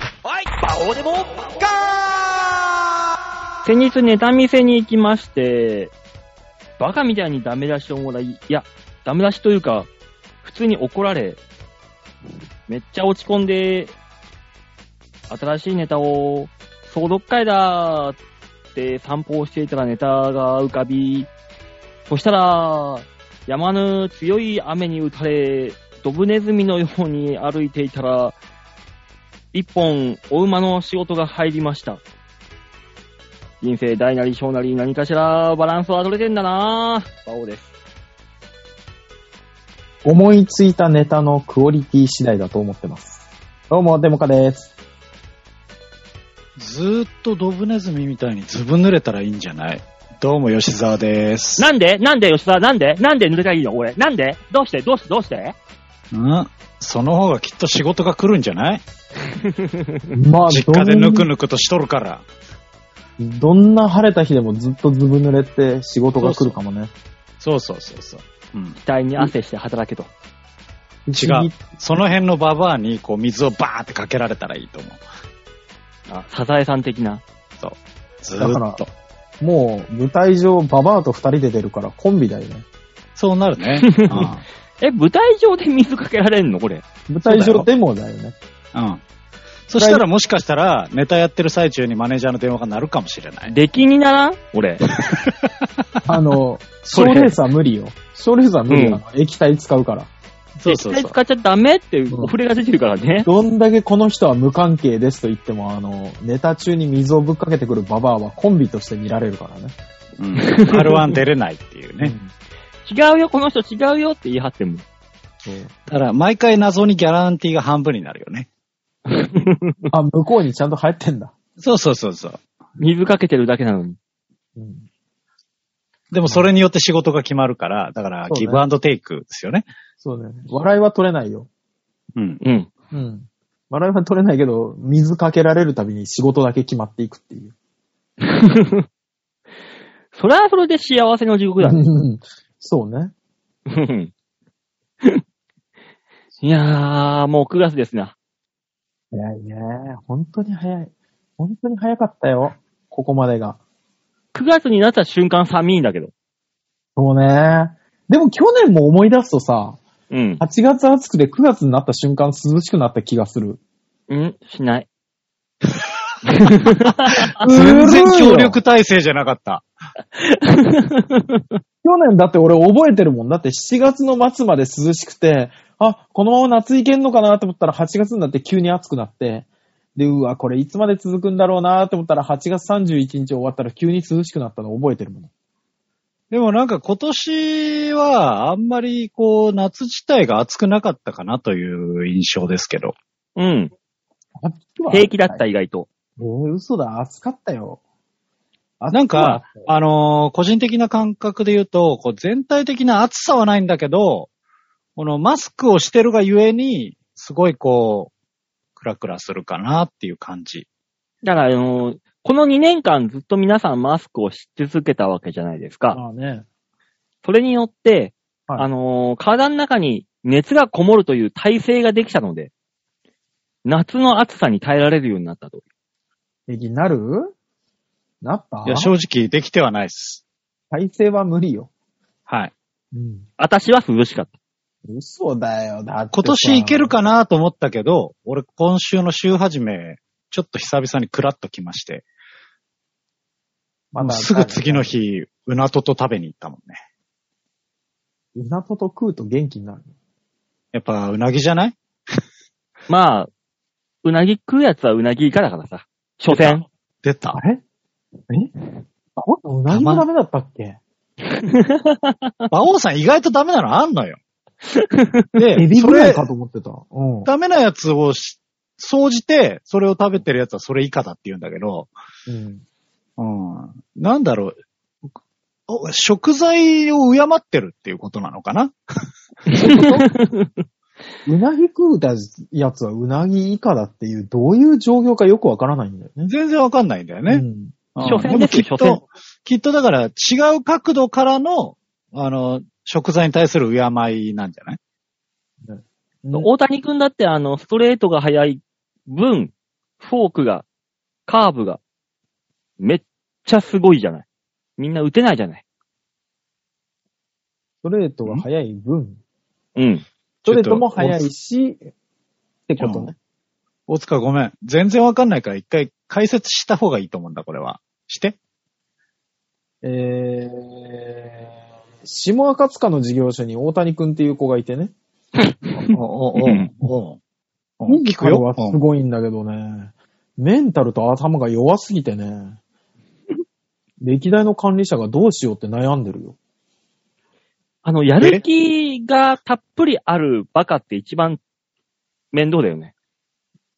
どうでもガ先日ネタ見せに行きまして、バカみたいにダメ出しをもらい、いや、ダメ出しというか、普通に怒られ、めっちゃ落ち込んで、新しいネタを、総読会だーって散歩をしていたらネタが浮かび、そしたら、山ぬ強い雨に打たれ、ドブネズミのように歩いていたら、一本お馬の仕事が入りました。人生大なり小なり何かしらバランスは取れてんだなぁ。バオです。思いついたネタのクオリティ次第だと思ってます。どうも、デモカです。ずーっとドブネズミみたいにずぶ濡れたらいいんじゃないどうも吉沢です。なんでなんで吉沢なんでなんで濡れたらいいの俺。なんでどうしてどうしてどうしてんその方がきっと仕事が来るんじゃないまあ、実家でぬくぬくとしとるから。どんどんな晴れた日でもずっとずぶ濡れて仕事が来るかもね。そうそうそうそう。うん。額に汗して働けと。そうそう違うその辺のババアにこう水をバーってかけられたらいいと思う。あ、サザエさん的な。ずだーかっと。う。もう、舞台上、ババアと二人で出るからコンビだよね。そうなる ね。え、舞台上で水かけられんのこれ。舞台そうだ上よでもだよね。うん。うん。そしたらもしかしたらネタやってる最中にマネージャーの電話が鳴るかもしれない。出禁にならん俺。あ の、そ賞れレースは無理よ。賞レースは無理なの、液体使うから。そうそうそ絶対う。使っちゃダメっていうお触れが出てるからね。どんだけこの人は無関係ですと言っても、あの、ネタ中に水をぶっかけてくるババアはコンビとして見られるからね。うん。R1 出れないっていうね。うん違うよ、この人違うよって言い張っても。そうただ、毎回謎にギャランティーが半分になるよね。あ、向こうにちゃんと入ってんだ。そうそうそうそう。水かけてるだけなのに。うんでもそれによって仕事が決まるから、だからそうねギブアンドテイクですよね。そうだよね。笑いは取れないよ。うん。うん。うん。笑いは取れないけど、水かけられるたびに仕事だけ決まっていくっていう。それはそれで幸せの地獄だね。うん そうね。うん いやー、もう9月ですな。早いね。本当に早い。本当に早かったよ。ここまでが。 9月になった瞬間寒いんだけど。そうね。でも去年も思い出すとさ、うん。 8月暑くて9月になった瞬間涼しくなった気がする。うんしない。全然協力体制じゃなかった。去年だって俺覚えてるもん。だって7月の末まで涼しくて、あ、このまま夏いけんのかなと思ったら8月になって急に暑くなって、で、うわ、これいつまで続くんだろうなと思ったら8月31日終わったら急に涼しくなったの覚えてるもん。でもなんか今年はあんまりこう夏自体が暑くなかったかなという印象ですけど。うん。暑くは平気だった、意外と。えー嘘だ、暑かったよ。なんか暑くはあのー個人的な感覚で言うと、こう全体的な暑さはないんだけど、このマスクをしてるがゆえに、すごいこう、クラクラするかなっていう感じ。だから、あのーこの2年間ずっと皆さんマスクをし続けたわけじゃないですあったか。まあね。それによって、はいあのー体の中に熱がこもるという体制ができたので、夏の暑さに耐えられるようになったと。平気になるなったいや、正直できてはないです。体勢は無理よ。はい。うん。私は涼しかった。嘘だよ、だってさ今年いけるかなと思ったけど、俺今週の週始め、ちょっと久々にクラッときまして、まだすぐ次の日、うなとと食べに行ったもんね。うなとと食うと元気になる。やっぱ、うなぎじゃないまあ、うなぎ食うやつはうなぎ以下だからさ。所詮。出た。あれえあ、ほんとうなぎもダメだったっけ馬王さん意外とダメなのあん のよ。でエビ、そぐらいれ、かと思ってた。うん。ダメなやつをし、総じて、それを食べてるやつはそれ以下だって言うんだけど、うん。うん。なんだろう。お食材を敬ってるっていうことなのかなうなぎ食うたやつはうなぎ以下だっていう、どういう状況かよくわからないんだよね。全然わかんないんだよね。うんうん所詮ですでもきよっ所詮と、きっとだから違う角度からの、あの、食材に対する敬いなんじゃないうん大谷くんだってあの、ストレートが速い分、フォークがカーブが、めっちゃすごいじゃない。みんな打てないじゃない。ストレートが速い分、うん。ストレートも速いし、ってことね。大塚ごめん。全然わかんないから一回解説した方がいいと思うんだ、これは。して。えー、下赤塚の事業所に大谷くんっていう子がいてね。おおおおおうん聞くよ。彼はすごいんだけどね。メンタルと頭が弱すぎてね。歴代の管理者がどうしようって悩んでるよ。あの、やる気がたっぷりあるバカって一番面倒だよね。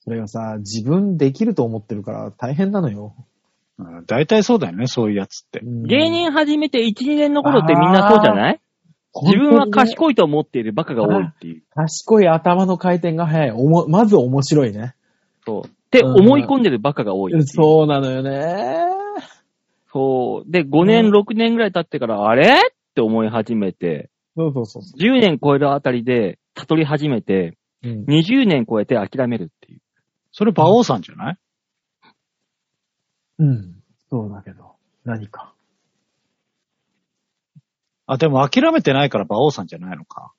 それがさ、自分できると思ってるから大変なのよ。うん大体そうだよね、そういうやつって。芸人始めて1、2年の頃ってみんなそうじゃない自分はい。賢いと思っているバカが多いっていう。賢い頭の回転が早い。おも、まず面白いね。そう。ってうん思い込んでるバカが多いっていう。そうなのよね。そう。で、5年、6年ぐらい経ってから、あれって思い始めて、そうそうそうそ10年超えるあたりで悟り始めて、う。うん20年超えて諦めるっていう。それ、馬王さんじゃないうん。そうだけど。何か。あ、でも諦めてないから馬王さんじゃないのか。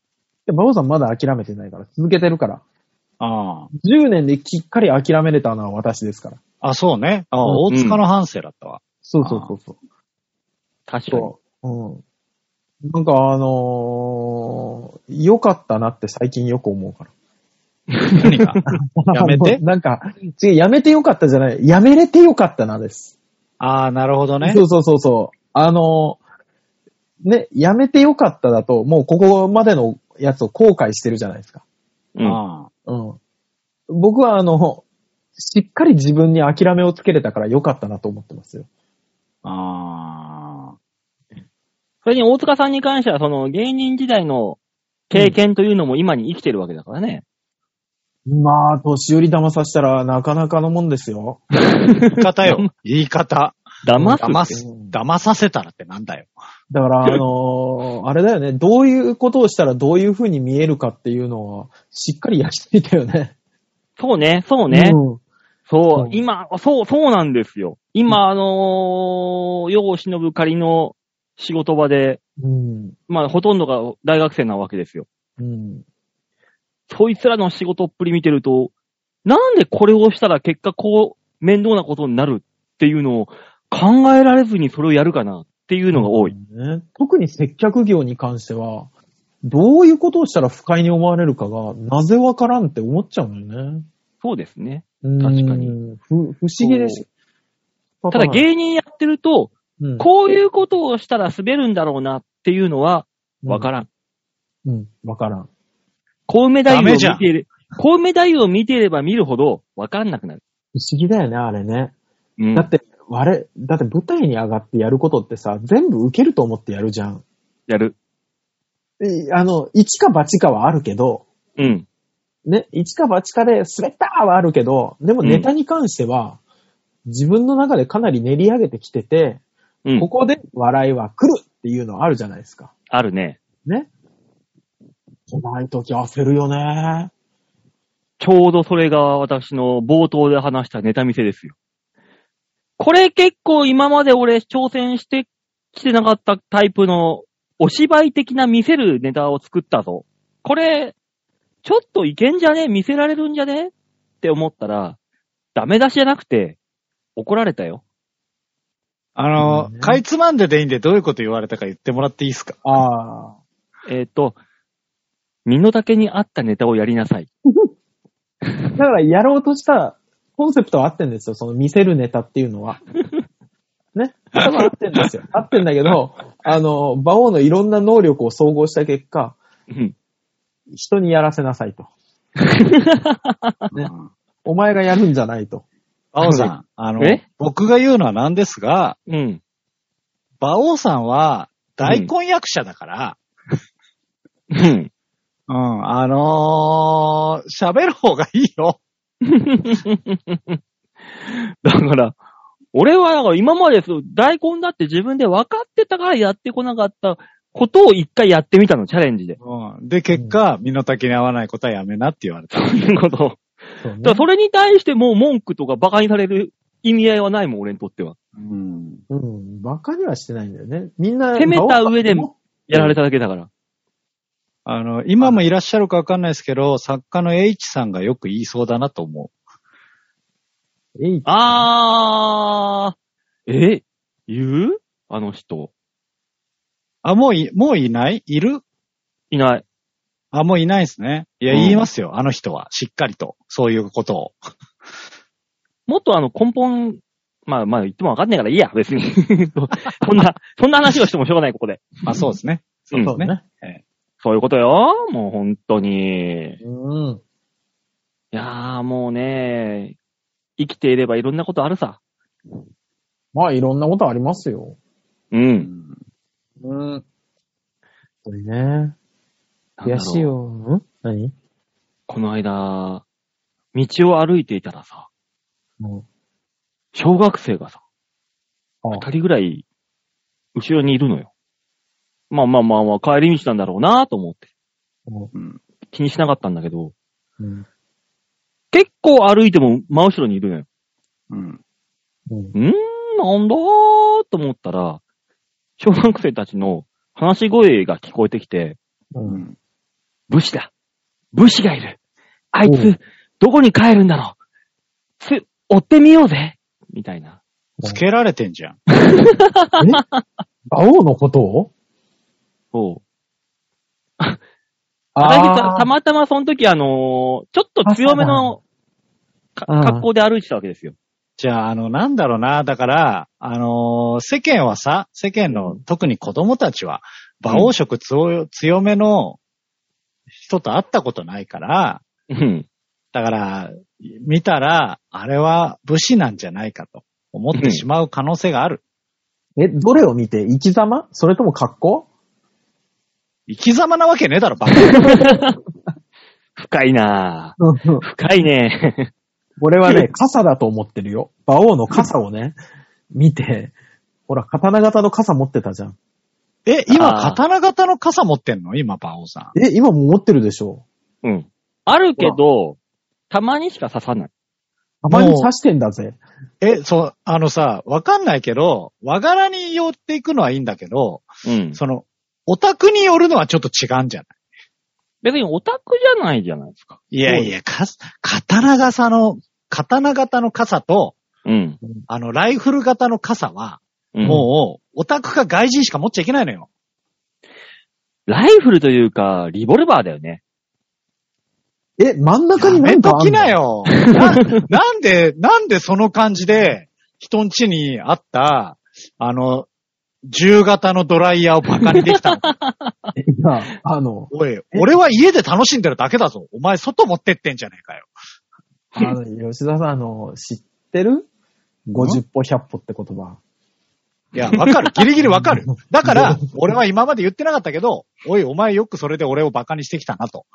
で、馬王さんまだ諦めてないから、続けてるから。あ10年できっかり諦めれたのは私ですから。あ。あ、そうね。あ、うん大塚の反省だったわ。そうそうそうそう。確かに。そう。うん。なんかあのー、良かったなって最近よく思うから。何がやめて もうなんか、違う、やめて良かったじゃない。やめれて良かったなです。ああ、なるほどねそ。うそうそうそう。あのー、ね、やめて良かっただと、もうここまでのやつを後悔してるじゃないですか。うん。ああうん。僕はあの、しっかり自分に諦めをつけれたから良かったなと思ってますよ。ああ。それに大塚さんに関しては、その芸人時代の経験というのも今に生きてるわけだからね。まあ、年寄り騙さしたらなかなかのもんですよ。言い方よ。言い方。騙すって。騙す。騙させたらってなんだよ。だ から、あのーあれだよね、どういうことをしたらどういう風に見えるかっていうのは、しっかりやってみたよね。そうね、そうね。うんそうう、ん今、そう、そうなんですよ。今、あのー、世を忍ぶ仮の仕事場で、うん。まあ、ほとんどが大学生なわけですよ。うん。そいつらの仕事っぷり見てると、なんでこれをしたら結果こう、面倒なことになるっていうのを考えられずにそれをやるかなっていうのが多い。ね。特に接客業に関しては、どういうことをしたら不快に思われるかが、なぜわからんって思っちゃうのよね。そうですね。うん確かに。ふ、不思議です。ただ芸人やってると、うん、こういうことをしたら滑るんだろうなっていうのは、うんわからん。うん、わからん。小梅太夫を見ダメている、小梅太夫を見ていれば見るほど、わかんなくなる。不思議だよね、あれね。うんだって、我、だって舞台に上がってやることってさ、全部受けると思ってやるじゃん。やる。えあの、一か八かはあるけど、うん。ね、一か八かで滑ったーはあるけど、でもうんネタに関しては、自分の中でかなり練り上げてきてて、うん。ここで笑いは来るっていうのはあるじゃないですか。あるね。ね。こない時焦るよね。ちょうどそれが私の冒頭で話したネタ見せですよ。これ結構今まで俺挑戦してきてなかったタイプのお芝居的な見せるネタを作ったぞ。これ、ちょっといけんじゃね見せられるんじゃねって思ったら、ダメ出しじゃなくて、怒られたよ。あの、うんかいつまんででいいんでどういうこと言われたか言ってもらっていいですかああ。えっ、と、身の丈に合ったネタをやりなさい。だからやろうとしたコンセプトは合ってんですよ。その見せるネタっていう のは。ね。多分合ってんですよ。合ってんだけど、あの、馬王のいろんな能力を総合した結果、うん。人にやらせなさいと。ねうんお前がやるんじゃないと。馬王さん、あのえ、僕が言うのはなんですが、うん。馬王さんは大根役者だから、うん。うん、あのー、喋る方がいいよ。 だから、俺はだから今までそう大根だって自分で分かってたからやってこなかったことを一回やってみたの、チャレンジで。うん、で、結果、身の丈に合わないことはやめなって言われた。そういうこと。そうねだからそれに対してもう文句とか馬鹿にされる意味合いはないもん、俺にとっては。うん。うん。バカにはしてないんだよね。みんな、攻めた上で馬王やられただけだから。あの、今もいらっしゃるかわかんないですけど、作家の H さんがよく言いそうだなと思えい、あー、え言うあの人。う。あ、もうい、もういないいるいない。あ、もういないですね。いや、うん言いますよ、あの人は。しっかりと。そういうことを。もっとあの、根本、まあまあ言ってもわかんないからいいや、別に。 そんな、そんな話をしてもしょうがない、ここで。まあそうですね。うんそうね。そういうことよ。もう本当に。いうん。やー、もうね、生きていればいろんなことあるさ。まあ、いろんなことありますよ。う。うんん。うん。それね。なんだろ悔うしい。よ。ん何この間、道を歩いていたらさ、も小学生がさ、ああ二人ぐらい、後ろにいるのよ。まあまあまあまあ、帰り道なんだろうなと思って。ううん。気にしなかったんだけど、う、うん。結構歩いても真後ろにいるのよ。うん。うん。うーん、なんだーと思ったら、小学生たちの話し声が聞こえてきて、ううん。ん。武士だ武士がいるあいおうつ、どこに帰るんだろうつ、追ってみようぜみたいな。つけられてんじゃん。馬王のことをそう。高木さん、たま、またまその時、あのーちょっと強めのかうん格好で歩いてたわけですよ。じゃあ、あの、なんだろうな。だから、あのー世間はさ、世間の、特に子供たちは、馬王色強強めの人と会ったことないから、うん。だから、見たら、あれは武士なんじゃないかと思ってしまう可能性がある。え、どれを見て生き様それとも格好生き様なわけねえだろ、バ カ。 深いなぁ。うん。深いね。俺はね、 傘だと思ってるよ。馬王の傘をね、見て、ほら、刀型の傘持ってたじゃん。え、今、あー刀型の傘持ってんの今、馬王さえ、今も持ってるでしょ うん。あるけど、たまにしか刺さない。たまに刺してんだぜ。ん。え、そう、あのさ、わかんないけど、和柄に寄っていくのはいいんだけど、うん。その、オタクによるのはちょっと違うんじゃない別にオタクじゃないじゃないですか。いやいや、か、刀型の、刀型の傘と、うん。あの、ライフル型の傘は、うんもう、オタクか外人しか持っちゃいけないのよ。ライフルというか、リボルバーだよね。え、真ん中にやめ何かとあんきのなよ。な なんで、なんでその感じで、人ん家にあった、あの、銃型のドライヤーをバカにできたのいや、あの、おい、俺は家で楽しんでるだけだぞ。お前外持ってってんじゃねえかよ。あの、吉田さん、あの、知ってる ?50 歩100歩って言葉。いや、わかる。ギリギリわかる。だから、俺は今まで言ってなかったけど、おい、お前よくそれで俺をバカにしてきたなと。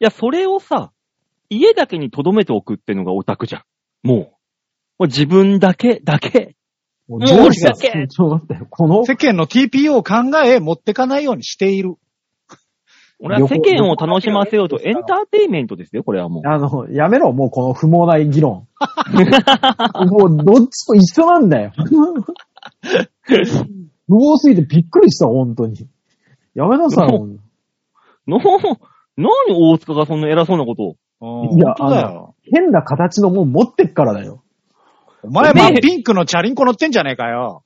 いや、それをさ、家だけに留めておくってのがオタクじゃん。もう。もう自分だけ、だけ。ももう上司が俺だけちょっと待って、この、世間の TPO を考え、持ってかないようにしている。俺は世間を楽しませようと、エンターテインメントですよ、これはもう。あの、やめろ、もうこの不毛な 議論。もう、どっちと一緒なんだよ。不毛すぎてびっくりした、本当に。やめなさい、もうもうの、何大塚がそんな偉そうなことを。うんいや本当だよ。変な形のもん持ってっからだよ。お前おはめえピンクのチャリンコ乗ってんじゃねえかよ。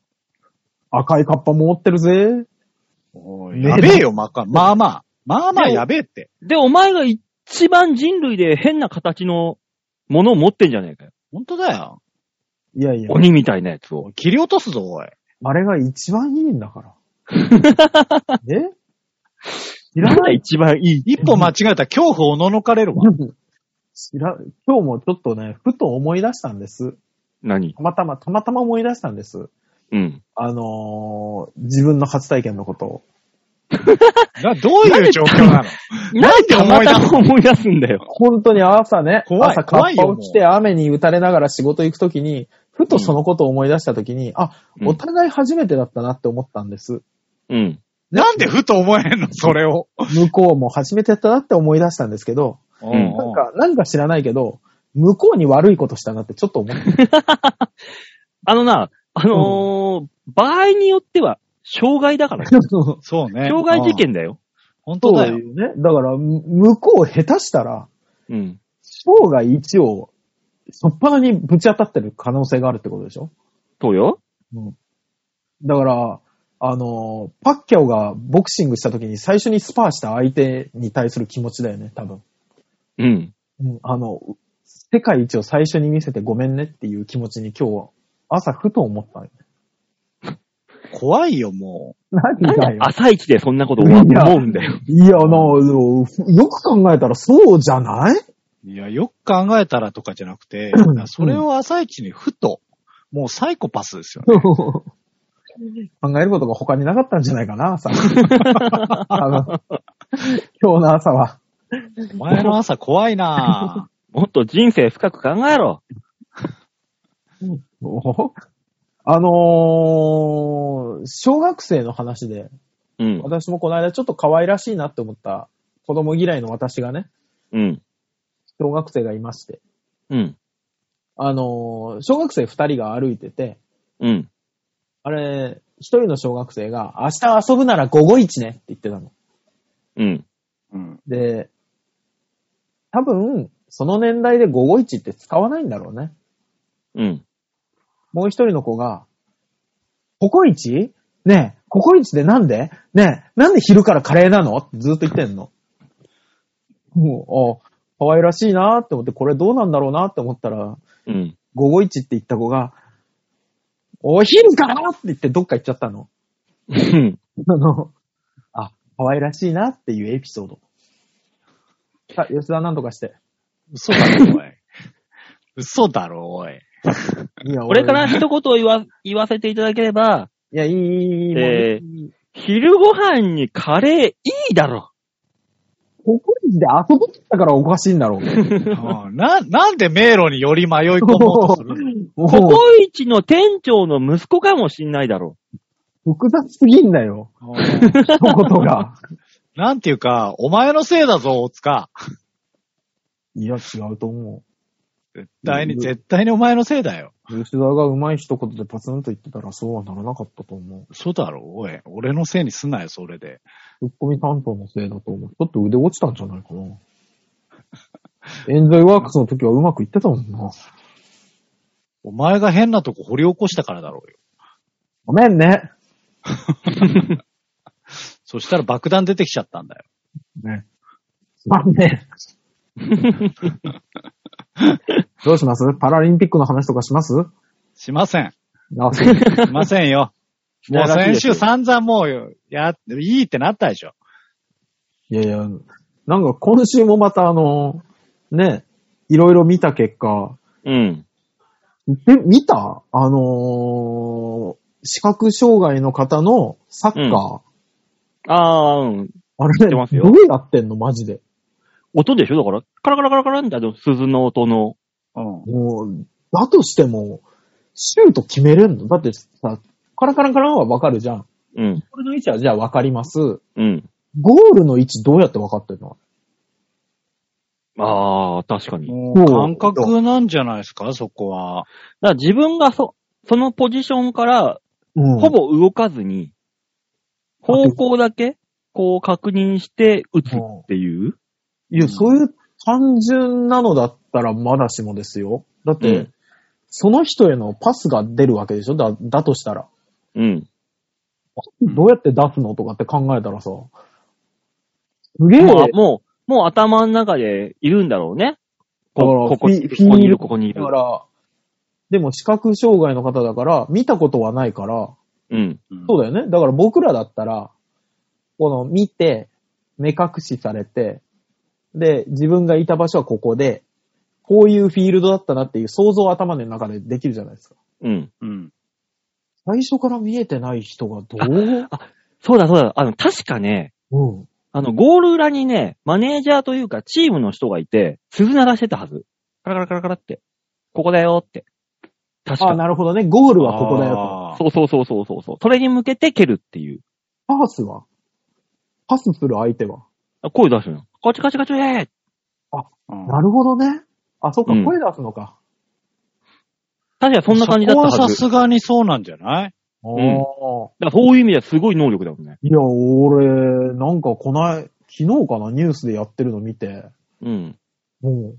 赤いカッパも持ってるぜ。おいやべえよ、まあ、まあまあ。まあまあやべえって。で、お前が一番人類で変な形のものを持ってんじゃねえかよ。本当だよ。いやいや、鬼みたいなやつを。切り落とすぞ、おい。あれが一番いいんだ から。え知らなんなだい一番いい。一歩間違えたら恐怖をおののかれる わ。知ら、今日もちょっとね、ふと思い出したんです。何たまたま、たまたま思い出したんです。うん。あのー自分の初体験のことを。などういう状況なのなんで思まい出すた思い出すんだよ。本当に朝ね、怖い朝カッパ怖いよを着て雨に打たれながら仕事行くときに、ふとそのことを思い出したときに、あ、うんお互い初めてだったなって思ったんです。うん。なんでふと思えんの、それを。向こうも初めてだったなって思い出したんですけど、うんんなんか、なんか知らないけど、向こうに悪いことしたなってちょっと思って。あのな、あのー場合によっては、傷害だからね。そ そうね。傷害事件だよ。うん。本当だよよ。ね。だから、向こう下手したら、うん。方が一応、そっぱなにぶち当たってる可能性があるってことでしょそうよ。だから、あの、パッキャオがボクシングした時に最初にスパーした相手に対する気持ちだよね、多分。うん。うん、あの、世界一を最初に見せてごめんねっていう気持ちに今日、朝ふと思ったのよ。怖いよ、も。何ながんでよ。朝一でそんなこと思うんだよ。いや、な、よく考えたらそうじゃないういや、よく考えたらとかじゃなくて、それを朝一にふと、もうサイコパス ですよね。考えることが他になかったんじゃないかな、朝。あの、今日の朝は。お前の朝怖い なぁ。もっと人生深く考えろ。おあのー小学生の話で、うん。私もこの間ちょっと可愛らしいなって思った子供嫌いの私がね、うん。小学生がいまして、うん。あのー小学生二人が歩いてて、うん。あれ、一人の小学生が、明日遊ぶなら午後一ねって言ってたの。うん。うん。で、多分、その年代で午後一って使わないんだろうね。うん。もう一人の子が、ココイチねえ、ココイチでなんでねえ、なんで昼からカレーなのってずっと言ってんの。もう、あ、可愛らしいなって思って、これどうなんだろうなって思ったら、うん。午後一って言った子が、お昼からって言ってどっか行っちゃったの。 うん。あの、あ、可愛らしいなっていうエピソード。さ、吉田なんとかして。嘘だろ、おい。嘘だろ、お い。いや、これから一言言わ、言わせていただければ、いや、いい、いい、いい。もうえいい昼ご飯にカレーいいだろ。ココイチで遊ぶって言ったからおかしいんだろう。うんな、なんで迷路により迷い込もうと するのもコうコイチの店長の息子かもしんないだろ。複雑すぎんだよ。うん一言が。なんていうか、お前のせいだぞ、大塚。 いや、違うと思絶対うに、ん絶対にお前のせいだよ。う。吉田がうまい一言でパツンと言ってたらそうはならなかったと思嘘だろ、おい。俺のせいにすなよ、それで。う。ツッコミ担当のせいだと思う。ちょっと腕落ちたんじゃないか な。エンジョイワークスの時はうまくいってたもんな。お前が変なとこ掘り起こしたからだろうよ。ごめんね。そしたら爆弾出てきちゃったんだよ。ね。まあね。 どうしますパラリンピックの話とかしますしません。あ、そう。しません よ。もうしない先らしいですよ週散々もう、や、いいってなったでしょ。いやいや、なんか今週もまたあの、ね、いろいろ見た結果、うん。で、見たあのー視覚障害の方のサッカー。あー、うん。あ知ってれ、ますね、よどうやってんのマジで。音でしょだから、カラカラカラカラってあの、鈴の音の。うん。もう、だとしても、シュート決めれんのだってさ、カラカラカラはわかるじゃん。うん。これの位置はじゃあわかります。うん。ゴールの位置どうやってわかってんのあー、確かに。もそうう感覚なんじゃないですか、そこは。だから自分がそ、そのポジションから、うんほぼ動かずに、方向だけ、こう確認して打つっていう。いや、そういう単純なのだったらまだしもですよ。だって、うんその人へのパスが出るわけでしょだ、だとしたら。うん。どうやって出すのとかって考えたらさ、すげえ、もう、もう、もう頭の中でいるんだろうね。こだこかこらにフィここにいる、フィールドここにいだるか。ら、でも視覚障害の方だから、見たことはないから、うん。そうだよね。だから僕らだったら、この見て、目隠しされて、で、自分がいた場所はここで、こういうフィールドだったなっていう想像を頭の中でできるじゃないですか。うん。うん。最初から見えてない人がどうそうだそうだ。あの、確かね、うん。あの、ゴール裏にね、マネージャーというか、チームの人がいて、鈴鳴らしてたはず。カラカラカラカラって。ここだよって。確あかあ、なるほどね。ゴールはここだよあーそうそうそうそうそうそう。それに向けて蹴るっていう。と。パスはパスする相手はあ声出すの。カチカチカチウェーなるほどね。あ、そっか、うん声出すのか。確かそんな感じだったはず。そこはさだかすがにそうなんじゃないんおーらそういう意味ではすごい能力だもんね。いや、俺、なんかこない、昨日かな、ニュースでやってるの見て、うん。も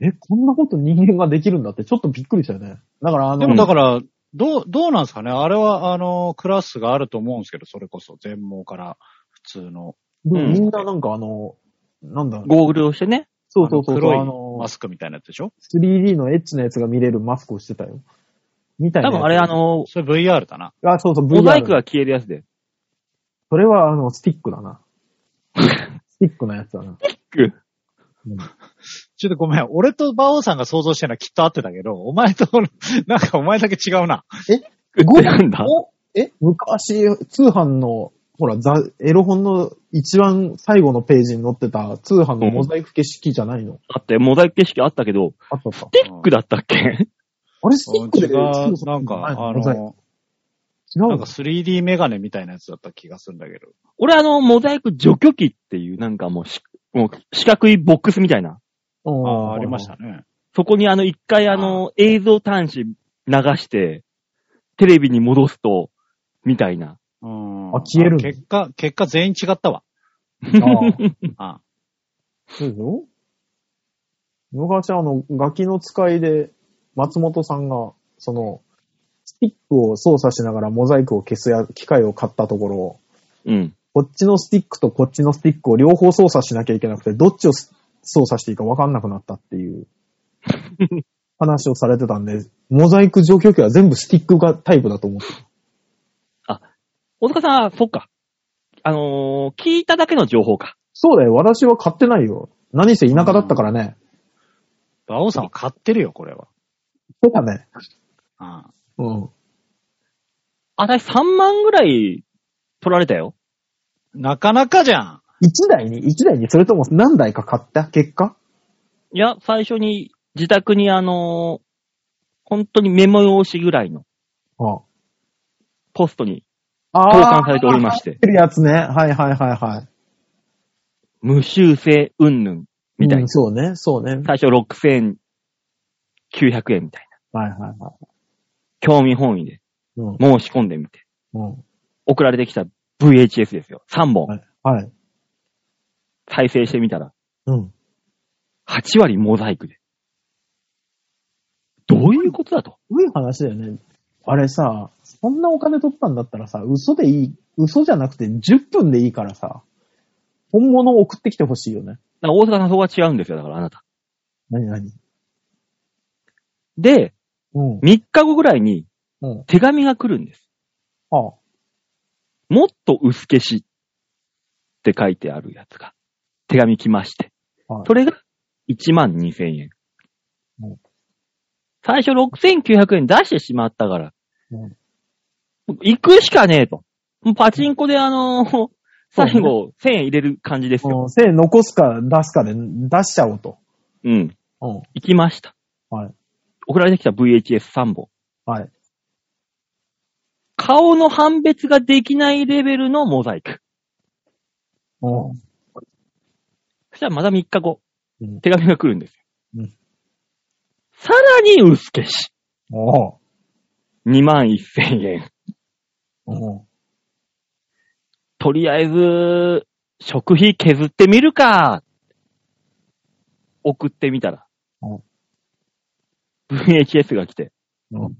う、え、こんなこと人間ができるんだって、ちょっとびっくりしたよね。だから、あでの、もだから、どう、どうなんですかねあれは、あの、クラスがあると思うんですけど、それこそ、全盲から普通の、でもうんみんななんかあの、なんだ、ゴーグルをしてね。そうそうそあうのそう、黒いあのマ、スクみたいなやつでしょ 3D のエッチなやつが見れるマスクをしてたよ。みたいな多やつ。分あれあの、それ VR だな。あ、そうそう、モザイ VR ク。が消えるやつで。それはあの、スティックだ な。スティックのやつだな。ちょっとごめん。俺と馬王さんが想像してるのはきっと合ってたけど、お前と、 なんかお前だけ違うな。ゴーなんだ。おえ昔、通販の、ほら、ザ、エロ本の一番最後のページに載ってた通販のモザイク形式じゃないの、あって、モザイク景色あったけど、あったあった。テックだったっけあれ、スティック違でう通販なんか、じゃないあモザイクの、違なうんか 3D メガネみたいなやつだった気がするんだけど。 俺あの、モザイク除去機っていう、なんかもうし、もう四角いボックスみたいな。あのあ、ありまし。たね。そこにあの、一回あの、映像端子流して、テレビに戻すと、みたいな。うん。あ消えるの結果、結果全員違ったわ。 あああそうでしょ昔あの、ガキの使いで、松本さんが、その、スティックを操作しながらモザイクを消すや機械を買ったところ、うん。こっちのスティックとこっちのスティックを両方操作しなきゃいけなくて、どっちをす操作していいか分かんなくなったって いう話をされてたんで、モザイク除去機は全部スティックがタイプだと思ってる。大塚さん、そっか。あのー聞いただけの情報か。そうだよ、私は買ってないよ。何せ田舎だったからね。馬王さんは買ってるよ、これは。そうだね。あうん。私3万ぐらい取られたよ。なかなかじゃん。一台に、一台に、それとも何台か買った結果いや、最初に自宅にあのー本当にメモ用紙ぐらいのあポストにあ。投函されておりましてて、てるやつね。はいはいはいはい。無修正云々みたいうんな。そうね、そうね。最初6900円みたいな。はいはいはい。興味本位でうん。申し込んでみて。うん。送られてきた VHS ですよ。3本はい。はい。再生してみたら、うん。 8割モザイクで。どういうことだと。そういう話だよね。あれさ、そんなお金取ったんだったらさ、嘘でいい、嘘じゃなくて10分でいいからさ、本物を送ってきてほしいよね。だから大阪さんそこは違うんですよ。だからあなた。何何で、うん。 3日後ぐらいにうん。手紙が来るんです。ああ。もっと薄消しって書いてあるやつが、手紙来まして。はいそれが1万2000円うん。最初6900円出してしまったから、うん行くしかねえと。もうパチンコであの ー最後1000円入れる感じですよ。うん、せい残すか出すかで出しちゃおうと。うん。うん。行きました。はい。送られてきた VHS3 本。はい。顔の判別ができないレベルのモザイク。うん。そしたらまた3日後うん、手紙が来るんですよ。うんさらに薄消し。おう。 2万1000円。うん。とりあえず、食費削ってみるか。送ってみたらうん。 VHS が来て。うん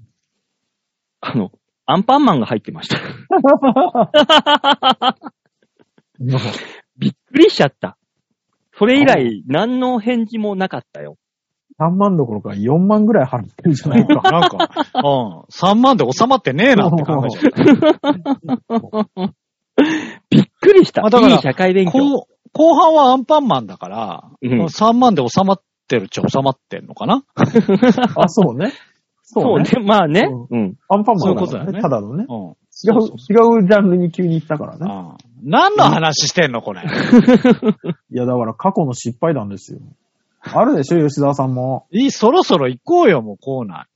あの、アンパンマンが入ってました。 びっくりしちゃった。それ以来、何の返事もなかったよ。 3万どころか4万ぐらい払ってるじゃ ないか。なん か、うん。3万で収まってねえなって考えちゃう。びっくりした。あだからいい社会勉強。後後半はアンパンマンだから、うんもう3万で収まってるっちゃ収まってんのかなあ、そうね。そそううね。ね。まあね。ううん。アンパンマンそういうことだからよねただのね。うん。違うそうそう違うジャンルに急に行ったからうね。ん何の話してんの これ。いや、だから過去の失敗談ですよ。あるでしょ、吉沢さんも。いい、そろそろ行こうよ、もうコーナ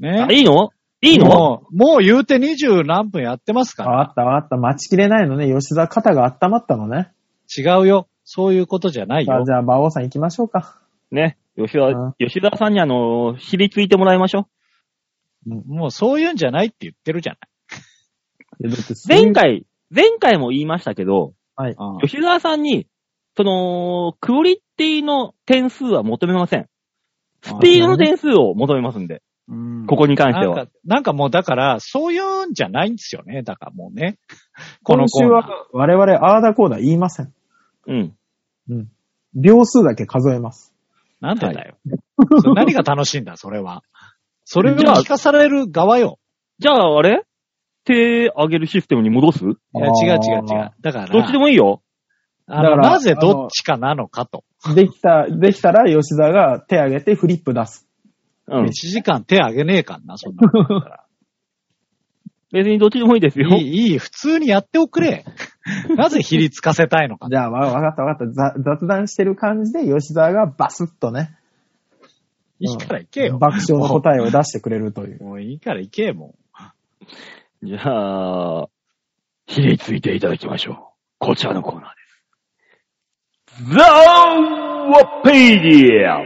ー。ねあいいのいいのもうもう言うて二十何分やってますから。あったあった、待ちきれないのね。吉沢肩が温まったのね。違うよ。そういうことじゃないさあよじ。ゃあ、馬王さん行きましょうか。ね。吉田、吉田さんにあの、ひりついてもらいましょもうそういうんじゃないって言ってるじゃいやだってう。そういう前回、前回も言いましたけど、はない。い。うん吉沢さんに、その、クオリティの点数は求めません。スピードの点数を求めますんで、うんここに関してなんは。か、なんかもうだから、そういうんじゃないんですよね。だからもうね。この今コ週ーナー。は我々アーダコーダ言いません。うん。秒数だけ数えます。なんでだよ。それ何が楽しいんだ、それは。それは聞かされる側よ。じゃあ、あれ手上げるシステムに戻すいや、違う違う違あう。だから、どっちでもいいよ。あだのからなぜどっちかなのかと。ー。できた、できたら吉沢が手挙げてフリップ出す。う1ん。時間手あげねえかんな、そんなのだか別にどっちでもいいですよら。い。い、いい、普通にやっておくれ。なぜひりつかせたいのか。じゃあ、わ、わかったわかった。ざ雑談してる感じで吉沢がバスッとね、いいから行けよ。爆笑の答えを出してくれるという。もういいから行け、もじゃあ、ひりついていただきましょう。こちらのコーナーです。ザーワペディア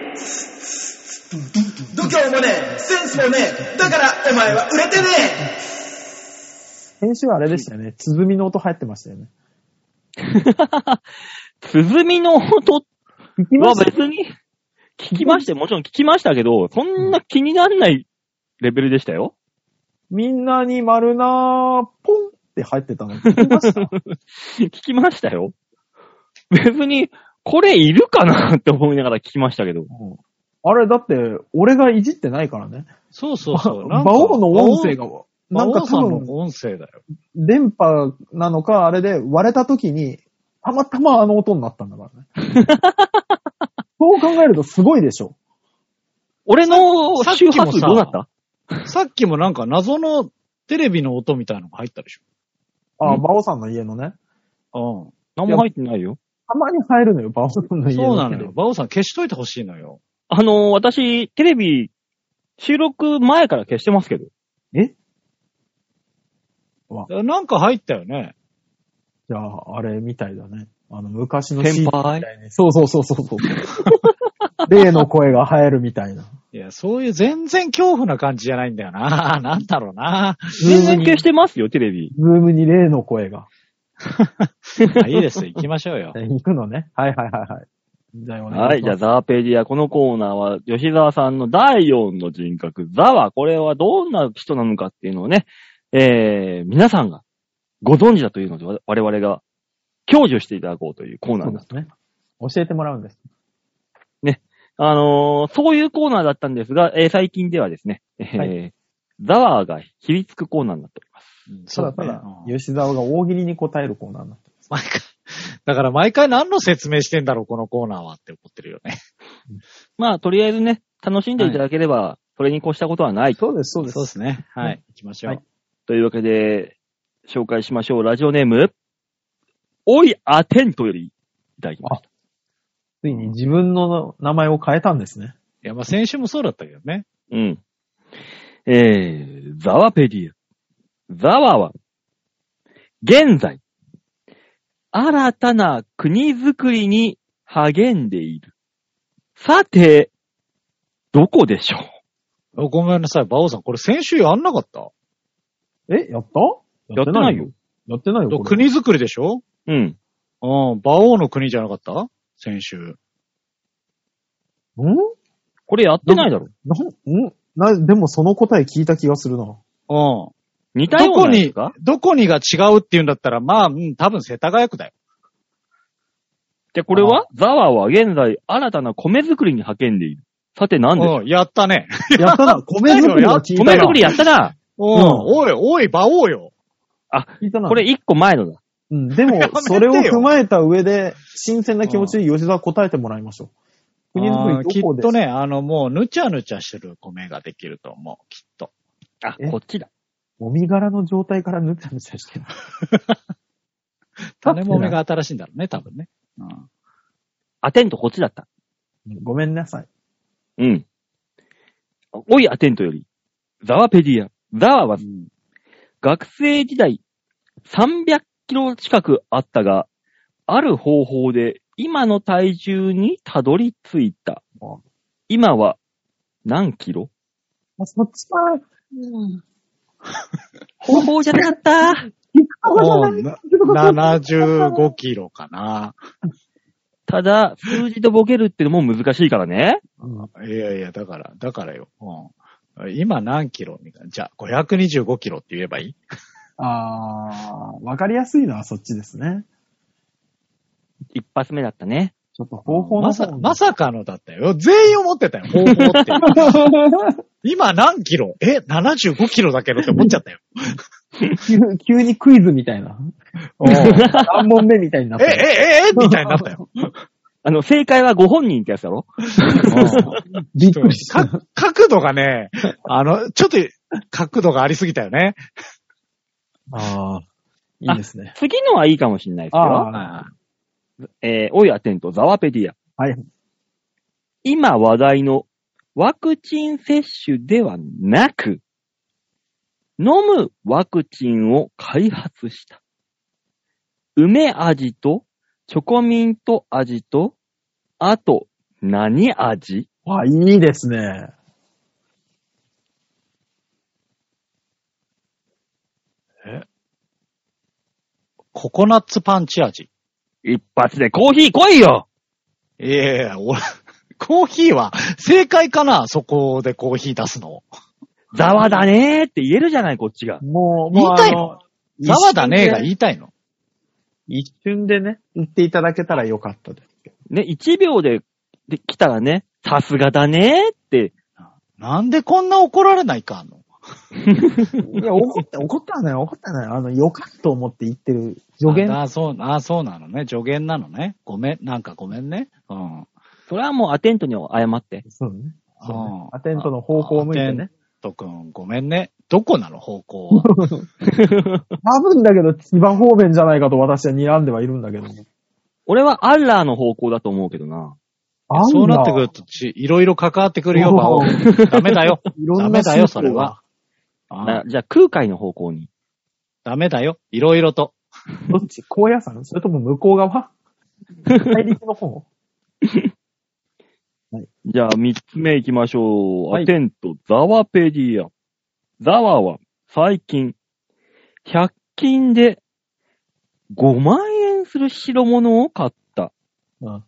度胸もねえ、センスもねえ、だからお前は売れてねえ 編集はあれでしたよね。鼓の音入ってましたよね。鼓の音聞きはました別に、聞きまして、もちろん聞きましたけど、そんな気にならないレベルでしたよ。みんなに丸なー、ポンって入ってたの聞きま した聞きましたよ。別に、これいるかなって思いながら聞きましたけど。うんあれ、だって、俺がいじってないからね。う。そうそうそう。なんか馬王の音声が、馬なん王かさ多んの分、音声だよ。電波なのか、あれで割れた時に、たまたまあの音になったんだからね。 そう考えるとすごいでしょ。俺のさっき周も波数さどうだったさっきもなんか謎のテレビの音みたいのが入ったでしうあ、ん馬王さんの家のね。ょ。何も入ってないよ。たまに入るのよ、馬王さんうのん。家そうなのテのレよ。ビ。馬王さん消しといてほしいのよ。あのー私、テレビ、収録前から消してますけど。なんか入ったよね。じゃあ、あれみたいだね。あの、昔の先 CD み輩たいに。そうそうそうそう そう。例の声が入るみたいな。いや、そういう全然恐怖な感じじゃないんだよな。 なんだろうな。全然消してますよ、テレビ。ズームに例の声が。まあいいですよ。行きましょうよ。え行くのね。はいはいはいはい。じゃあお願はいい、しじゃまあ、す。ザーペディア。このコーナーは、吉沢さんの第4の人格、ザは、これはどんな人なのかっていうのをね、えー、皆さんがご存知だというので、我々が享受していただこうというコーナそうーでだ。すね。教えてもらうんです。あのーそういうコーナーだったんですが、えー最近ではですね、えーはザワーがひりつくコーナーになっております。うんただたねだ、うん吉沢が大喜利に答えるコーナーになってます。毎回。だから毎回何の説明してんだろう、このコーナーはって思ってるよね。まあ、とりあえずね、楽しんでいただければ、それに越したことはない。そうです、そうです。そうですね。はうい。行きましょ。はいうというわけで、紹介しましょう。ラジオネーム、おいアテントよりいただきました。ついに自分の名前を変えたんですね。いや、まあ先週もそうだったけどね。うん。えー、ザワペディア。ザワは、現在、新たな国づくりに励んでいる。さて、どこでしょうおごめんなさい、馬王さん。これ先週やんなかったえ、やったやってないよ。。やってないよ。これ国づくりでしょうん。うん。馬王の国じゃなかった先週。んこれやってないだろ。なん、んな、でもその答え聞いた気がする な。うん。似たようなやつかどこにが違うって言うんだったら、まあ、うん、多分世田谷区だよ。じゃ、これはザワは現在、新たな米作りに励んでいる。さて、なんでしょううん、やったね。 やったな、米作りは聞いた米な。作りやったなうん。おい、おい、馬王よ。聞いたな。これ、一個前のだ。うん、で もやめてよ、それを踏まえた上で、新鮮な気持ちで吉沢答えてもらいましょう。国あづーくきりっどこでとね、あの、もう、ぬちゃぬちゃしてる米ができると思う、きっと。あえ、こっちだ。もみ殻の状態からぬちゃぬちゃしてる。種もめが新しいんだろうね、多分ね。うん。アテントこっちだった。 ごめんなさい。うん。おいアテントより、ザワペディア。ザワはうん学生時代300キロ近くあったが、ある方法で今の体重にたどり着いたあ。今は何キロあ、そっちか。方法じゃなかった。もうな75キロかな。ただ、数字とボケるってのも難しいからね。いやいや、だから、だからよ。うん今何キロみたいな。じゃあ、525キロって言えばいいあー、わかりやすいのはそっちですね。一発目だったね。ちょっと方法のま方さ、まさかのだったよ。全員思ってたよ。方法って。 今何キロえ ?75 キロだけどって思っちゃった よ。 急急にクイズみたいな。うん3問目みたいになっえ、えた。、え、えみたいになった よ。あの、正解はご本人ってやつだろ びっくりした。か角度がね、あの、ちょっと角度がありすぎたよね。あー、いいですね。次のはいいかもしれないですよ。あえー、おいアテント、ザワペディア。ー、はい。今話題のワクチン接種ではなく、飲むワクチンを開発した。梅味とチョコミント味と、あと何味あ、いいですね。ココナッツパンチ味。一発でコーヒー来いよいやいや、俺、コーヒーは正解かなそこでコーヒー出すの。ザワだねーって言えるじゃない、こっちが。もう、言もいうあたいの、ざわだねえがい。言いたいの。一瞬でね、言っていただけたらよかったですけど。ね、1秒でで来たらね、さすがだねーって、なんでこんな怒られないかんのいや、怒って、怒ったない、怒ったない。あの、よかったと思って言ってる助言。あ、そう、あ、そうなのね。助言なのね。ごめん、なんかごめんね。うん。それはもうアテントに謝って。そうね。そううんねアテントの方向を向いてね。。アテント君、ごめんね。どこなの方向 は。多分だけど、千葉方面じゃないかと私は睨んではいるんだけど。俺はアッラーの方向だと思うけどな。あんそうなってくるとち、いろいろ関わってくるよ、おーバオ。ダメ だよ。いろんなダメだよ、宗そ教れがは。なあじゃあ空海の方向に。ダメだよ。いろいろと。 どっち高野山それとも向こう側大陸の方じゃあ三つ目行きましょう。はいアテント、ザワペディア。ザワは最近、100均で5万円する代物を買った。 うん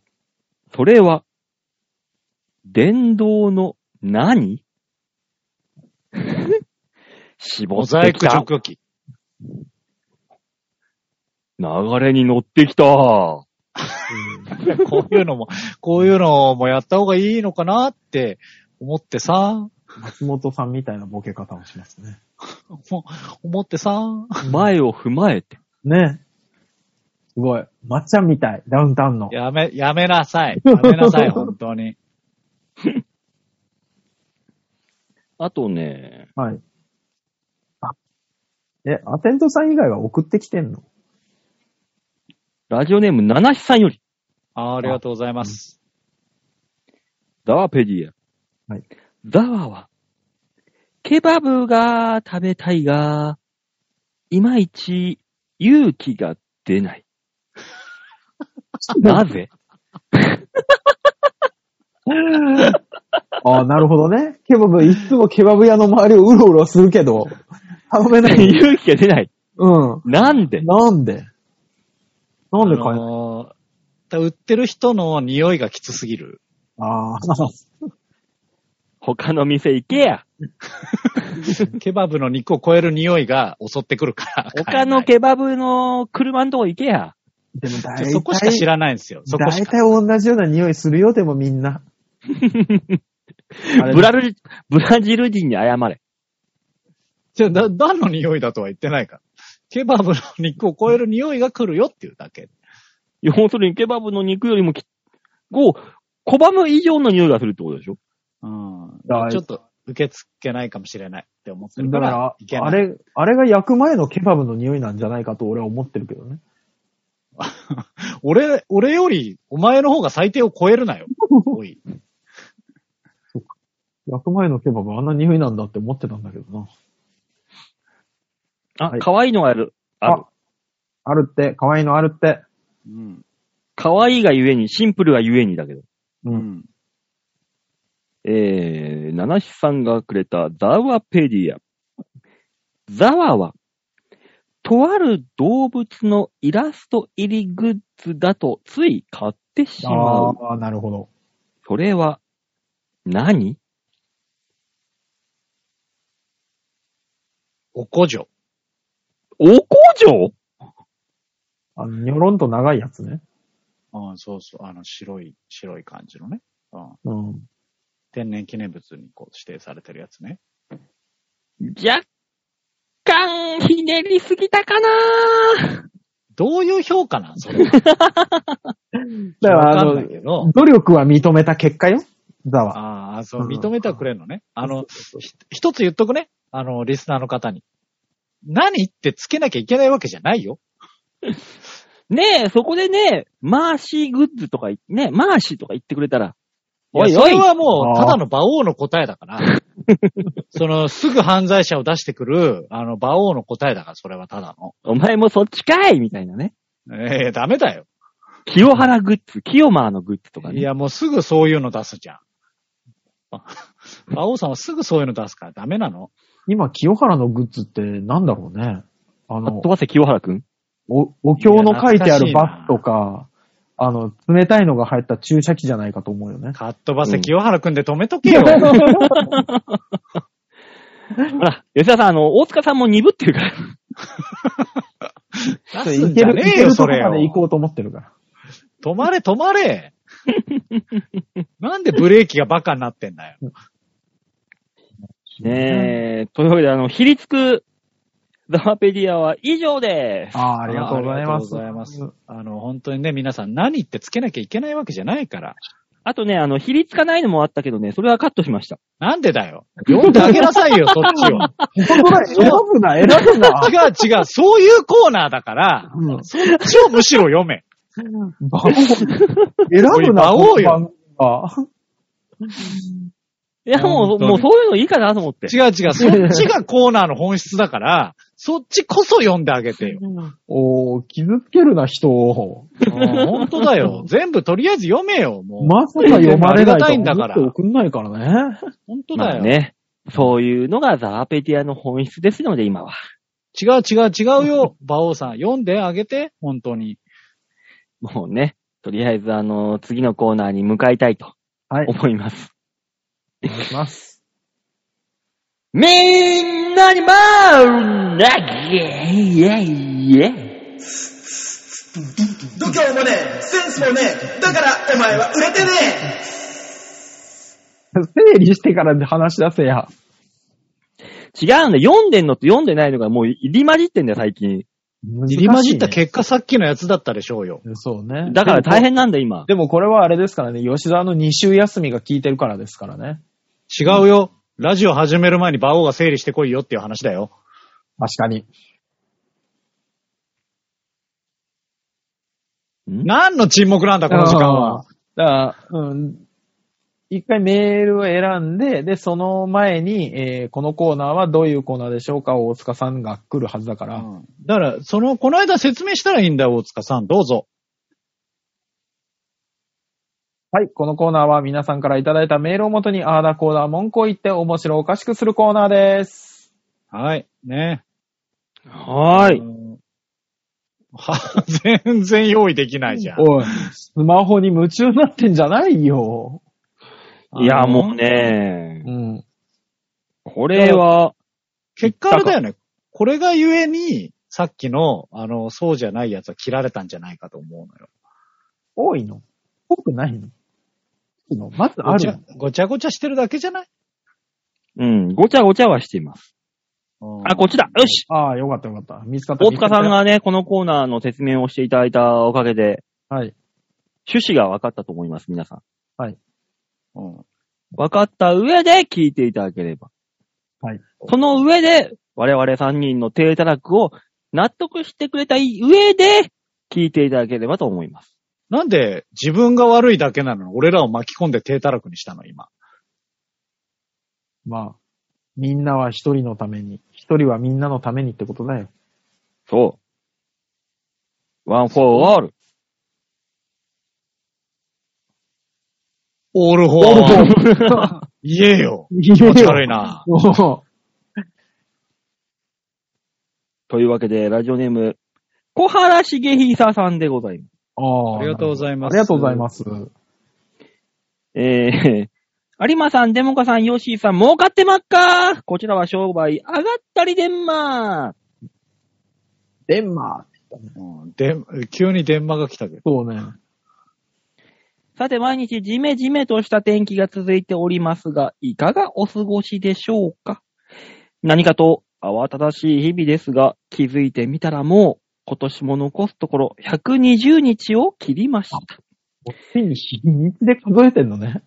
それは、電動の何絞モっザイてきク除た。去機。流れに乗ってきた。こういうの も、こういうのもやった方がいいのかなって思ってさ、松本さんみたいなボケ方をしますね。も思ってさ、前を踏まえて。ねすごい。まっちゃんみたい。ダウンタウンの。やめ、やめなさい。やめな さい、本当に。あとね、はい。あ、え、アテントさん以外は送ってきて んのラジオネーム七七さんより、あーありがとうございます。ザワペディア。はいザワは、ケバブが食べたいが、いまいち勇気が出ない。なぜああ、なるほどね。ケバブ、いつもケバブ屋の周りをうろうろするけ ど、頼めな い。勇気が出ない。うん。なんでなんでなんで買あえないのー売ってる人の匂いがきつすぎる。ああ、他の店行けや。ケバブの肉を超える匂いが襲ってくるから。他の買ケバブの車のとこ行けや。 でもえ大ない体、そこしか知らないんですよ。そこし大か。体同じような匂いするよ、でもみんな。あれブラル、ブラジル人に謝れ。じゃあ、だ、何の匂いだとは言ってないから。ケバブの肉を超える匂いが来るよっていうだけ。要するにケバブの肉よりもき、こう、拒む以上の匂いがするってことでしょうん。だいちょっと受け付けないかもしれないって思ってるから。だかいけら、ない。あれ、あれが焼く前のケバブの匂いなんじゃないかと俺は思ってるけどね。俺、俺より、お前の方が最低を超えるなよ。おい。焼く前のケバブあんな匂いなんだって思ってたんだけどな。あは、い可愛いのがある。あるあ。あるって、可愛いのあるって。うん。可愛いがゆえに、シンプルがゆえにだけど。う。うんん。えー、七七さんがくれたザワペディア。ザワは、とある動物のイラスト入りグッズだとつい買ってしまう。ああ、なるほど。それは何、おこじょ。お工場あの、ニョロンと長いやつね。ああ、そうそう。あの、白い、白い感じのね。うんうん。天然記念物にこう指定されてるやつね。若干、ひねりすぎたかなどういう評価なんそ れ は。だから、あわかんないの、けど。努力は認めた結果よ。ザワ。ああ、そうう、ん認めてはくれんのね。あの、そうそうひ一つ言っとくね。あの、リスナーの方に。何ってつけなきゃいけないわけじゃないよ。ねえ、そこでね、マーシーグッズとか言、ね、マーシーとか言ってくれたら、いやおいそおいれはもあう、ーただの馬王の答えだ から。その、すぐ犯罪者を出してくる、あの、馬王の答えだから、それはただの。お前もそっちかいみたいなね。ええダメだよ。清原グッズ、清マーのグッズとかね。いや、もうすぐそういうの出すじゃ ん。あ馬王さんはすぐそういうの出すからダメなの。今、清原のグッズってなんだろうね。ああの飛、ばせ清原くんお、お経の書いてあいるや懐かしいバなスとか、あの、冷たいのが入った注射器じゃないかと思うよね。カットバス清原くんで止めとけ よ。ほら、吉田さん、あの、大塚さんも鈍ってるから。出すんじゃねいえけよ、るそとこれまを。で行こうと思ってるから。止まれ、止まれ。なんでブレーキがバカになってんだよ。ねえ、というわけで、あの、ひりつく、ザワペディアは以上です。ああ、ありがとうございありがます。とうございます。あの、本当にね、皆さん何ってつけなきゃいけないわけじゃないから。あとね、あの、ひりつかないのもあったけどね、それはカットしました。なんでだよ。読んであげなさ いよ、そっちを。本当だ選ぶな、選ぶな。違う違う、そういうコーナーだから、うんそっちをむしろ読め。馬王選ぶな、馬王よこの番組は。いや、も本う、当にもうそういうのいいかなと思 って。違う違う、そっちがコーナーの本質だから、そっちこそ読んであげてよ。おー、傷つけるな、人を。本当だよ。全部とりあえず読めよ、もう。まさか読まれあないとりがたいんだから思って送んないからね。本当まだあよ。ね。そういうのがザワペディアの本質ですので、今は。違う違う違うよ。馬王さん、読んであげて、本当に。もうね、とりあえず、あの、次のコーナーに向かいたいとはい。思います。お願いします。みんなにまーなぎえいえいえ度胸もねえセンスもねえだからお前は売れてねえ整理してから話し出せや。違うんだよ。読んでんのと読んでないのがもう入り混じってんだよ、最近。入り混じった難しいね結果さっきのやつだったでしょうよ。そうね。だから大変なんだ、今。でもこれはあれですからね、吉沢の2週休みが効いてるからですからね。違うよ。ラジオ始める前に馬王が整理してこいよっていう話だよ。確かに。ん何の沈黙なんだ、この時間は。だから、うん。一回メールを選んで、で、その前に、えーこのコーナーはどういうコーナーでしょうか大塚さんが来るはずだから。うんだから、その、この間説明したらいいんだよ、大塚さん。どうぞ。はい、このコーナーは皆さんからいただいたメールをもとに、あーだコーナー文句を言って面白おかしくするコーナーです。はい。ね。はーうい。んは、全然用意できないじゃん。おい、スマホに夢中になってんじゃないよ。いや、あのもうね、うん。これは、結果あれだよね。これがゆえに、さっきの、あの、そうじゃないやつは切られたんじゃないかと思うのよ。多いの多くないの多いのまずあごちるゃごちゃごちゃしてるだけじゃないうん、ごちゃごちゃはしています。あ、こっちだ。よしああ、よかったよかった。見つかった。大塚さん見つかっがね、このコーナーの説明をしていただいたおかげで、た。はい。趣旨が分かったと思います、皆さん。うん分かった上で聞いていただければ。はい。その上で、我々3人の低たらくを納得してくれた上で、聞いていただければと思います。なんで自分が悪いだけなのに俺らを巻き込んで低たらくにしたの今。まあ、みんなは一人のために、一人はみんなのためにってことだよ。そう。ワン・フォー・オール。オールホオールフォー。言えよ。気気持ち悪い。な。 もというわけで、ラジオネーム、小原茂久さんでございます。う、あありがとうございます。ありがとうございます。えー、有馬さん、デモカさん、ヨッシーさん、儲かってまっかーこちらは商売上がったりでんまーデンマーク。うん。で、急に電話が来たけど。そうね。さて、毎日ジメジメとした天気が続いておりますが、いかがお過ごしでしょうか何かと慌ただしい日々ですが、気づいてみたらもう、今年も残すところ120日を切りました。手に日にちで数えてんのね。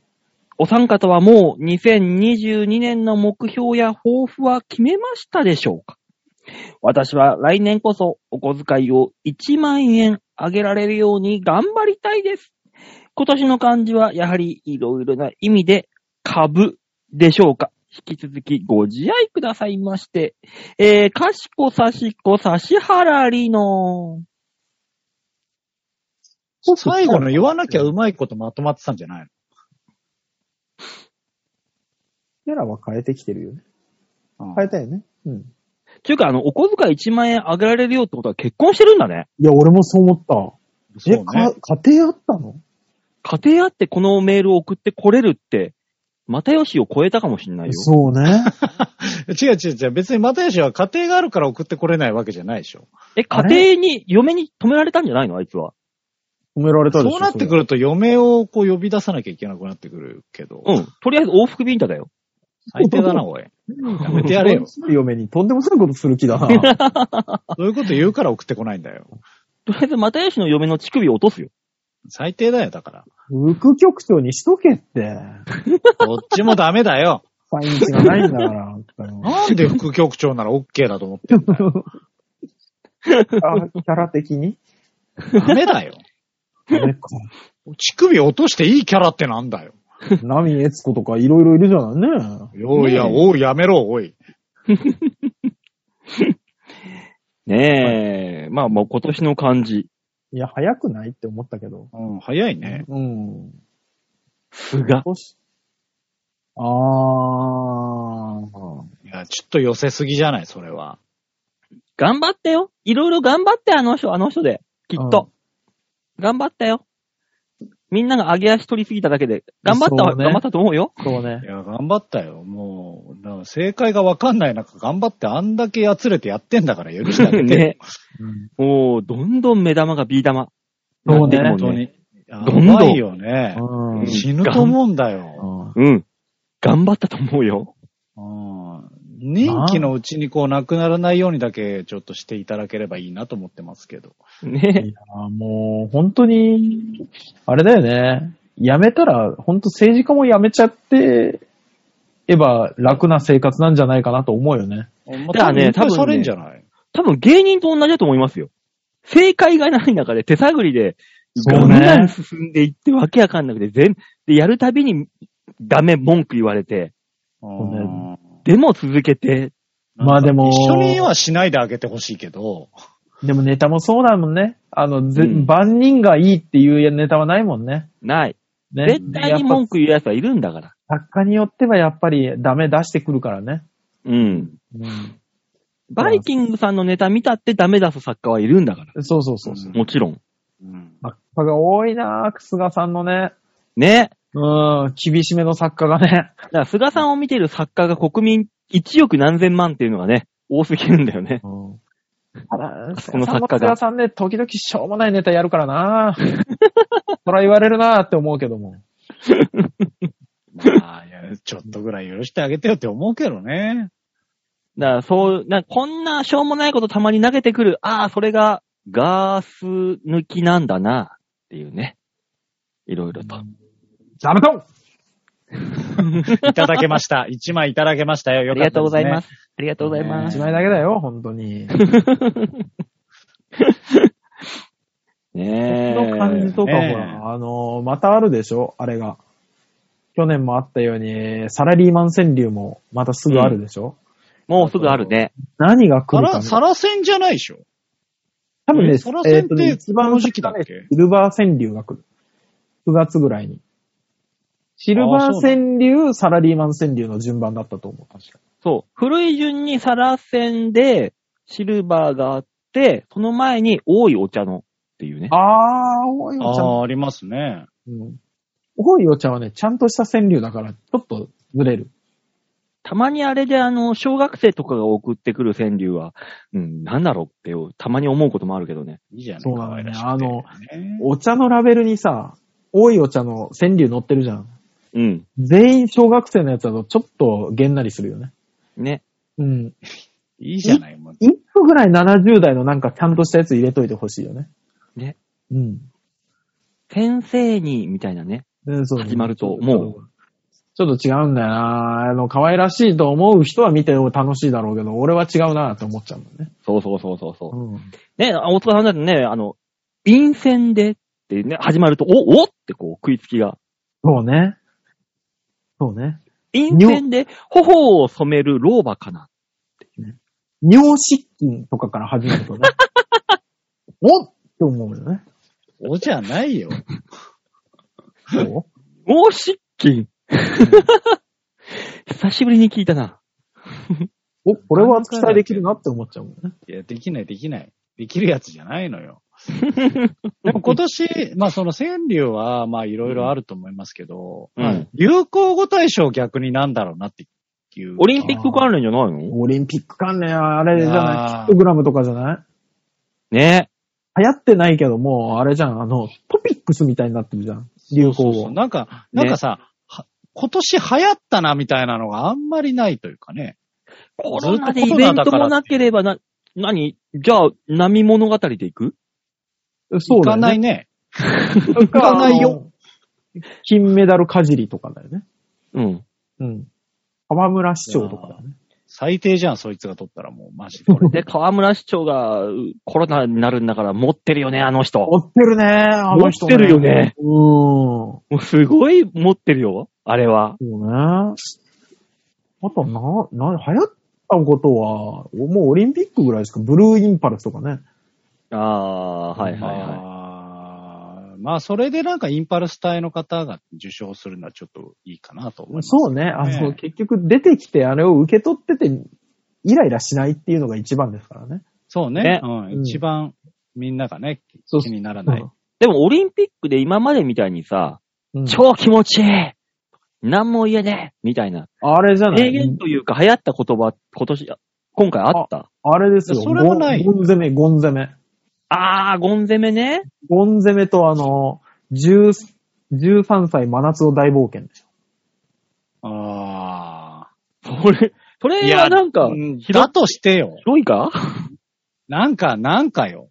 お三方はもう2022年の目標や抱負は決めましたでしょうか私は来年こそお小遣いを1万円上げられるように頑張りたいです。今年の漢字はやはりいろいろな意味で株でしょうか引き続きご自愛くださいまして。えー、かしこさしこさしはらりの。最後の言わなきゃうまいことまとまってたんじゃないのキャラは変えてきてるよね。うん変えたよね。うん。ていうか、あの、お小遣い1万円上げられるよってことは結婚してるんだね。いや、俺もそう思った。そうえ、ね。か、家庭あったの家庭あってこのメールを送ってこれるって、又吉を超えたかもしれないよ。そうね。違う違う違う。別に又吉は家庭があるから送ってこれないわけじゃないでしょ。え、あ家庭に、嫁に止められたんじゃないのあいつは。褒められたでしょ。そうなってくると嫁をこう呼び出さなきゃいけなくなってくるけど。うん。とりあえず往復ビンタだよ。最低だな、おい。やめてやれよ。それ。嫁にとんでもすごいことする気だ な。そういうこと言うから送ってこないんだよ。とりあえず又吉の嫁の乳首を落とすよ。最低だよ、だから。副局長にしとけって。 どっちもダメだよ。サイン値がないんだから。本当になんで副局長なら OK だと思ってんだよ。あキャラ的にダメだよ。ダメか。乳首落としていいキャラってなんだよ。ナミエツコとかいろいろいるじゃないね。おいや、ねえおい、やめろ、おい。ねえ。まあもう今年の感じ。いや、早くないって思ったけど。うん、早いね。うん。すが。少し。あー。いや、ちょっと寄せすぎじゃない、それは。頑張ってよ。いろいろ頑張って、あの人、あの人で。きっと。頑張ったよ。みんなが上げ足取りすぎただけで。頑張ったそわ、うね頑張ったと思うよ。そうねい。や、頑張ったよ。もう、だから正解がわかんない中、頑張ってあんだけやつれてやってんだから許してあげてよ。 ね。もう、どんどん目玉がビー玉。そうねなっ本て当るもんね。に。やどんどんばいよね。うん。死ぬと思うんだよ。うんうん。頑張ったと思うよ。うん任期のうちにこうなくならないようにだけちょっとしていただければいいなと思ってますけど。ねいやーもう、本当に、あれだよね。辞めたら、本当政治家も辞めちゃって、えば楽な生活なんじゃないかなと思うよね。まだからね多分多分ねされんじゃない多分芸人と同じだと思いますよ。正解がない中で手探りで、そガうンねガン進んでいってわけわかんなくて、全、で、やるたびにダメ文句言われて、うねうんでも続けて、まあでも一緒にはしないであげてほしいけど、でもネタもそうだもんね。あの、ぜうん万人がいいっていうネタはないもんね。ない。ね絶対に文句言う奴はいるんだから。やっぱ作家によってはやっぱりダメ出してくるからね。うん。うん。バイキングさんのネタ見たってダメ出す作家はいるんだから。そうそうそうそう。もちろん。作家が多いなぁ、楠賀さんのね。ね。うん、厳しめの作家がね。だから菅さんを見てる作家が国民1億何千万っていうのがね、多すぎるんだよね。うん。ただ、その作家が菅さんね、時々しょうもないネタやるか らなぁ。そら言われるなぁって思うけども。まあ、いやちょっとぐらい許してあげてよって思うけどね。だからそう、なこんなしょうもないことたまに投げてくる。ああ、それがガース抜きなんだな、っていうね。いろいろと。ダメかいただけま した。一枚いただけましたよ。あよりかったでがす、ね。とうございます。ありがとうございま一す。枚だけだよ、本当に。ねえ。の感じとかほええら、あのー、またあるでしょあれが。去年もあったように、サラリーマン川柳もまたすぐあるでしょ、もうすぐあるね。何が来サるかラ、ねサラセンじゃないでしょ多分ね、サラセンっとねてこの時期だっけ一番下がねシルバー川柳が来る。9月ぐらいに。シルバあーそうな川柳、サラリーマン川柳の順番だったと思う。確かそう。古い順にサラセンでシルバーがあって、その前に多いお茶のっていうね。あー、多いお茶ああ、ありますね。うん。多いお茶はね、ちゃんとした川柳だから、ちょっとずれる。たまにあれであの、小学生とかが送ってくる川柳は、うん、なんだろうってよたまに思うこともあるけどね。いいじゃないそうなのね可愛らしくてねお茶のラベルにさ、多いお茶の川柳載ってるじゃん。うん。全員小学生のやつだとちょっとげんなりするよね。ね。うん。いいじゃない、もう一個ぐらい70代のなんかちゃんとしたやつ入れといてほしいよね。ね。うん。先生に、みたいなね。うんそう始まるともう。ちょっと違うんだよなあの、可愛らしいと思う人は見て楽しいだろうけど、俺は違うなって思っちゃうんだよね。そうそうそうそうそう。うん。ね、あ大塚さんだってね、あの、便箋でってね、始まると、お、おってこう、食いつきが。そうね。そうね。便箋で、頬を染める老婆かな。尿失禁とかから始ま るとね。おっって思うよね。おじゃないよ。そうお失禁。 久しぶりに聞いたな。お、これは期待できるなって思っちゃうもんね。いや、できない、できない。できるやつじゃないの よ。でも今年、まあその川柳は、まあいろいろあると思いますけど、うんはい流行語大賞逆になんだろうなっていう。オリンピック関連じゃないのオリンピック関連はあれじゃいなやーい。キットグラムとかじゃないね。流行ってないけども、あれじゃん、あの、トピックスみたいになってるじゃん。流行そう語そう。なんか、なんかさ、は今年流行ったなみたいなのがあんまりないというかね。コロナでイベントもなければな、何じゃあ、波物語でいくそう行かだよないね。ね。行か ないよあの。金メダルかじりとかだよね。うん。うん。河村市長とかだよね。最低じゃん、そいつが取ったらもう、マジで。 で、河村市長がうコロナになるんだから持ってるよね、あの人。持ってるね、あの人、持ってるよね。うーん。そもうすごい持ってるよ、あれは。うね。あと、な、な、流行ったことは、もうオリンピックぐらいしか、ブルーインパルスとかね。ああ、はいはいはい。まあまあ、それでなんかインパルス隊の方が受賞するのはちょっといいかなと思います。そうね。あ、ねそう、結局出てきて、あれを受け取ってて、イライラしないっていうのが一番ですからね。そうね。ねう。うんん一番みんながね、そう気にならない。でもオリンピックで今までみたいにさ、うん超気持ちいい何も言えねえみたいな。あれじゃな名い言というか流行った言葉、今年、今回あった。あれですよ。それはないゴンゴン攻め、ゴン攻め。あー、ゴン攻めね。ゴン攻めとあの、10 13歳真夏の大冒険でしょ。あそれ、あ。それはなんかう、広だとしてよ。広いかなんか、なんかよ。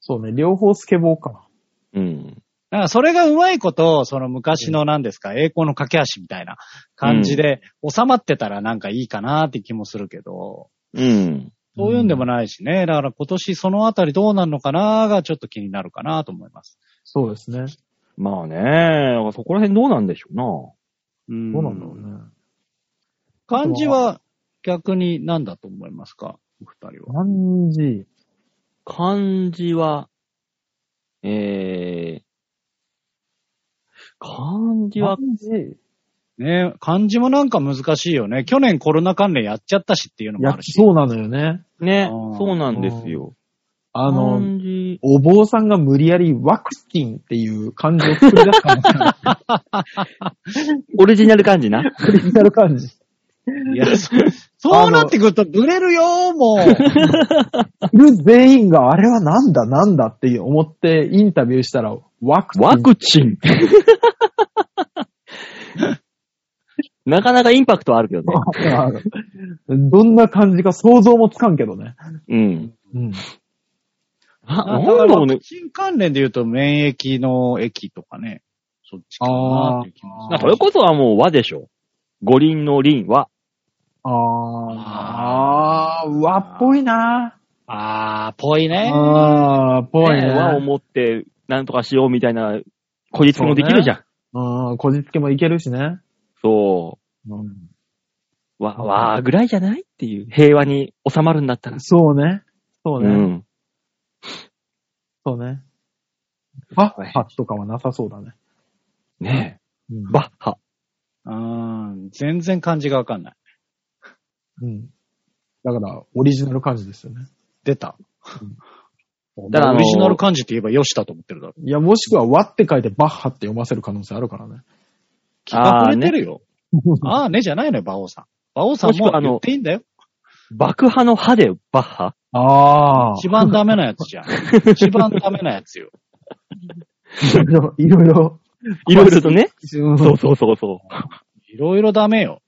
そうね、両方スケボーか。うん。なんか、それがうまいこと、その昔の何ですか、栄光の架け橋みたいな感じで収まってたらなんかいいかなって気もするけど、うん。そういうんでもないしね。だから今年そのあたりどうなるのかながちょっと気になるかなと思います。そうですね。まあね、だからそこら辺どうなんでしょうな。うんどうなんだろうね。漢字は逆に何だと思いますかお二人は。漢字。漢字は、えー、漢字漢は、字。ね漢字もなんか難しいよね。去年コロナ関連やっちゃったしっていうのもやあっるし。そうなのよね。ねあ、ーそうなんですよ。あの、漢字、お坊さんが無理やりワクチンっていう漢字を作り出した のかオリジナル漢字な。オリジナル漢字。いや、そそうなってくるとブレるよ、もう。いる全員があれはなんだなんだって思ってインタビューしたら、ワクチン。ワクチンなかなかインパクトあるけどね。 どんな感じか想像もつかんけどね。うん。うん。なあ、なんんだだろろううねね。。新関連で言うと免疫の駅とかね。そっちかなっていう気もすあなるーそれこそはもう和でしょ。五輪の輪は。あー、あー、和っぽいな。あー、ぽいね。あー、ぽいね和をね。持って、なんとかしようみたいな、こじつけもできるじゃん。うん、こじつけもいけるしね。そう,、うん和、和ぐらいじゃないっていう。平和に収まるんだったら。そうね。そううね。ん。そうね。あはいパッとかはなさそうだね。ねうんバッハ。あー全然漢字がわかんない。うん。だから、オリジナル漢字ですよね。出た。だからあオのリジナル漢字って言えばよしだと思ってるだろ。いや、もしくは、わって書いてバッハって読ませる可能性あるから ね。気が触れてるよ。あーねじゃないのよ、馬王さん。馬王さんもしくもはあの言っていいんだよ。爆破の歯でバッハああ。一番ダメなやつじ ゃん。一番ダメなやつよ。いろいろ。いろいろとね。いろいろそうそうそうそう。いろいろダメよ。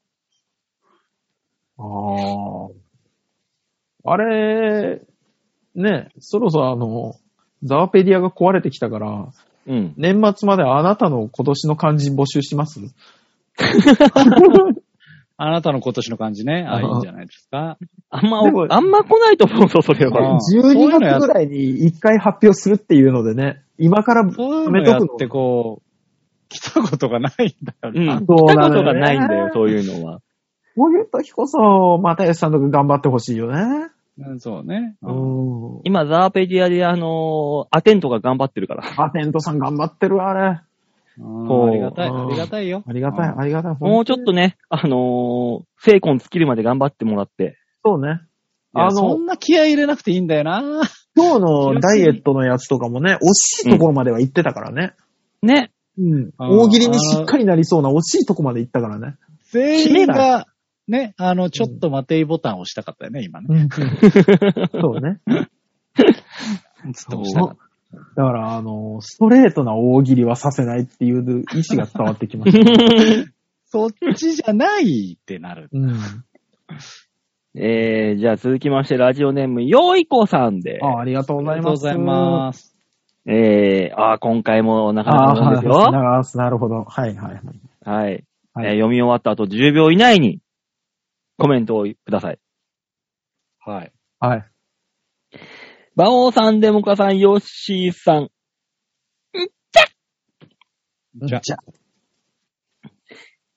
ああ。あれ、ね、そろそろあの、ザワペディアが壊れてきたから、うん。年末まであなたの今年の漢字募集しますあなたの今年の漢字ね。あーいいんじゃないですか。あんまでも、あんま来ないと思うぞ、それあは。 ?12 月ぐらいに一回発表するっていうのでね、今かそうらい決うのめやとっくてこう、来たことがないんだような。ん。来そうたなことのよねがないんだよ、そういうのは。こういう時こそ、又吉さんとか頑張ってほしいよね。うんそうね。うんうん。今、ザーペディアで、あのーアテントが頑張ってるから。アテントさん頑張ってるわ、あれ。そうありがたい、うんありがたいよ。ありがたい、うんありがたい。もうちょっとね、あのー、精魂尽きるまで頑張ってもらって。そうね。ああの、その、んな気合い入れなくていいんだよな。今日のダイエットのやつとかもね、惜しいところまでは行ってたからね。ね。うん。あー大喜利にしっかりなりそうな惜しいとこまで行ったから ね。全員が、ね、あの、ちょっと待ていボタンを押したかったよね、今ね。うん。そうね。ずっとそう押したかった。だから、あの、ストレートな大喜利はさせないっていう意思が伝わってきま した。そっちじゃないってなる。うん。えー、じゃあ続きまして、ラジオネーム、よいこさんで。あありがとうあごりがざいとうます。ございます。えー、あー今回もなかあなあ、かなんですよ。はいははい。なるほど。はいはいはい。い、はいえー読み終わった後10秒以内にコメントをください。はい。はい。バオさん、デモカさん、ヨッシーさん、じゃあじゃあ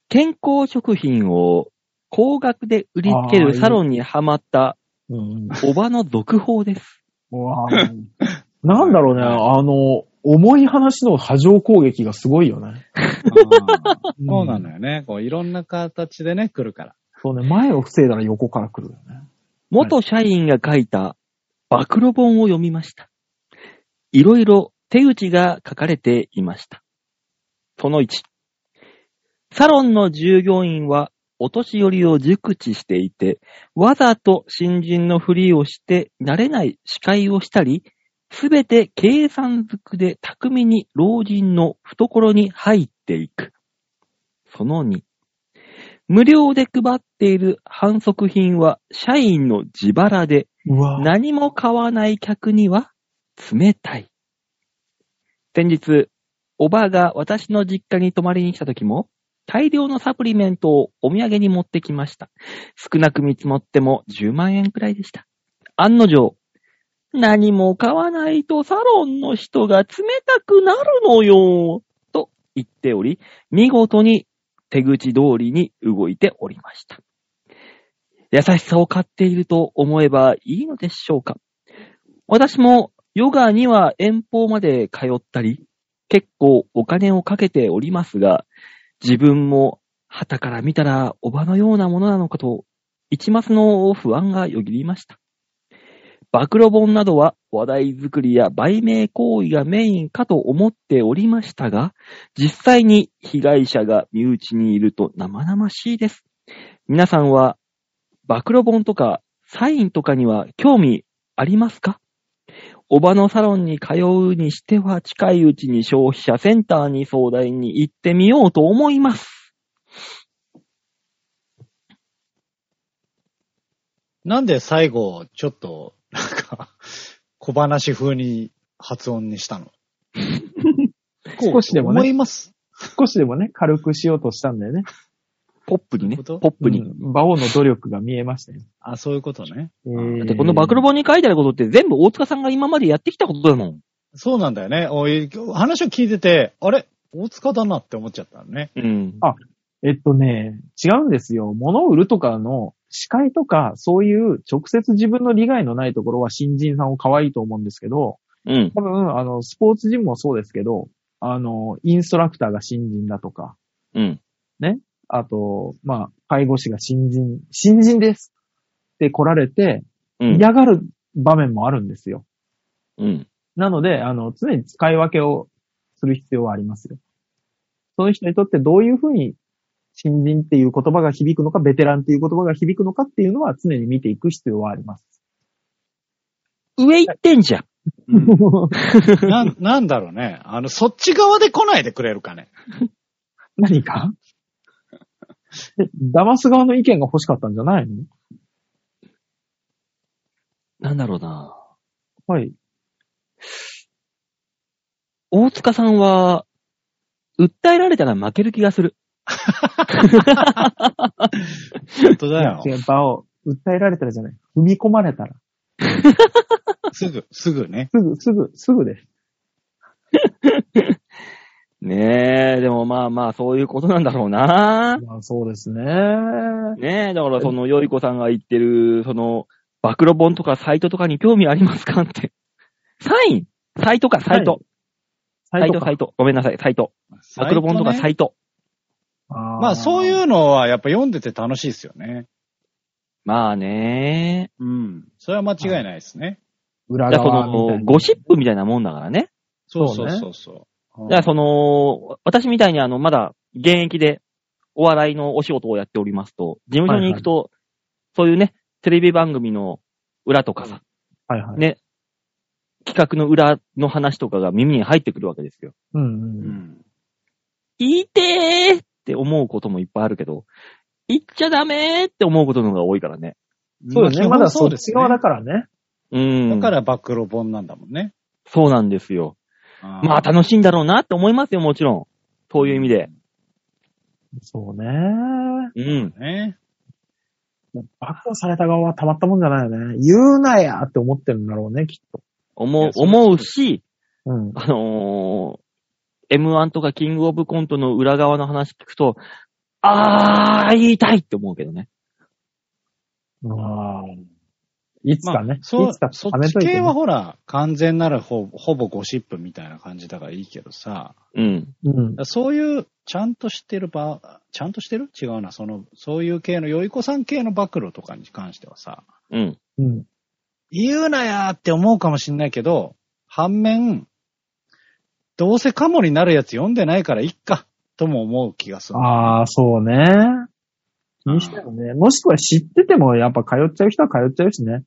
健康食品を高額で売りつけあーるいいサロンにはまったうん。おばの続報です。うわぁなんだろうね、あの、重い話の波状攻撃がすごいよね。あーそうなののよね。こう、いろんな形でね、来るから。そうね、前を防いだら横から来るよね。元社員が書いた暴露本を読みました。いろいろ手口が書かれていました。その1。サロンの従業員はお年寄りを熟知していて、わざと新人のふりをして慣れない司会をしたり、すべて計算づくで巧みに老人の懐に入っていく。その2。無料で配っている反則品は社員の自腹で、うわぁ。何も買わない客には冷たい。先日、おばあが私の実家に泊まりに来た時も、大量のサプリメントをお土産に持ってきました。少なく見積もっても10万円くらいでした。案の定、何も買わないとサロンの人が冷たくなるのよ、と言っており、見事に手口通りに動いておりました。優しさを買っていると思えばいいのでしょうか私もヨガには遠方まで通ったり、結構お金をかけておりますが、自分も旗から見たらおばのようなものなのかと、一抹の不安がよぎりました。暴露本などは話題作りや売名行為がメインかと思っておりましたが、実際に被害者が身内にいると生々しいです。皆さんは暴露本とかサインとかには興味ありますかおばのサロンに通うにしては近いうちに消費者センターに相談に行ってみようと思います。なんで最後、ちょっと、なんか、小話風に発音にしたの少しでもねこう思います。少しでもね、軽くしようとしたんだよね。ポップにね、どういうこポとップに。うん馬王の努力が見えましたよ。あ、そういうことね。だってこの暴露本に書いてあることって全部大塚さんが今までやってきたことだもん。そうなんだよね。おい話を聞いてて、あれ大塚だなって思っちゃったの ね。うん。えっとね、違うんですよ。物を売るとかの、司会とか、そういう直接自分の利害のないところは新人さんを可愛いと思うんですけど、うん。多分、あの、スポーツジムもそうですけど、あの、インストラクターが新人だとか、うん。あと、まあ、介護士が新人、新人ですって来られて、うん。嫌がる場面もあるんですよ。うん。なので、あの、常に使い分けをする必要はありますよ。その人にとってどういうふうに新人っていう言葉が響くのか、ベテランっていう言葉が響くのかっていうのは常に見ていく必要はあります。 上行ってんじゃん。うんな、なんだろうね。あの、そっち側で来ないでくれるかね。何か え騙す側の意見が欲しかったんじゃないのなんだろうな。はい。大塚さんは、訴えられたら負ける気がする。本当だよい。や違う、場を訴えられたらじゃない。踏み込まれたら。すぐ、すぐね。すぐ、すぐ、すぐです。ねえ、でもまあまあ、そういうことなんだろ うな。まあそうですね。 ねえ、だからその、よいこさんが言ってる、その、暴露本とかサイトとかに興味ありますかって。 サインサイトか、サイト。サイト、サイト。ごめんなさい、サイト。暴露本とかサ最イト。ままあそうう。いうのはやっぱ読んでて楽しいですよね。まあねうん。それは間違いないですね。裏じゃあそ側みたいの、な。ゴシップみたいなもんだからね。そうそそううねそうそう。うんじゃあその、私みたいにあの、まだ現役でお笑いのお仕事をやっておりますと、事務所に行くと、そういうね、テレビ番組の裏とかさ、はいはい。ね、企画の裏の話とかが耳に入ってくるわけですよ。うんううん。ん。言いてーって思うこともいっぱいあるけど、言っちゃダメーって思うことの方が多いからね。そうだまあ基ね。本まだそそうっですちね側だからね。うん。だか、ら暴露本なんだもんね。そうなんですよ。ままあ楽しいんだろうなって思いますよ、もちろん。そういう意味で。そうね。うん。ね。暴露された側はたまったもんじゃないよね。言うなやって思ってるんだろうね、きっと。思いうや、そう思うし、うん。あのー、M1 とかキングオブコントの裏側の話聞くと、あー、言いたいって思うけどね。ああ。いつまかあね。、そう、いつかそはっめちといて系ねはほら、完全なるほほぼゴシップみたいな感じだからいいけどさ、うん。うん。そういう、ちゃんとしてる場、ちゃんとしてる違うな、その、そういう系の、よいこさん系の暴露とかに関してはさ、うん。うん。言うなやーって思うかもしんないけど、反面、どうせカモになるやつ読んでないからいっか、とも思う気がする。ああ、そうね。気にしてもね。もしくは知っててもやっぱ通っちゃう人は通っちゃうしね。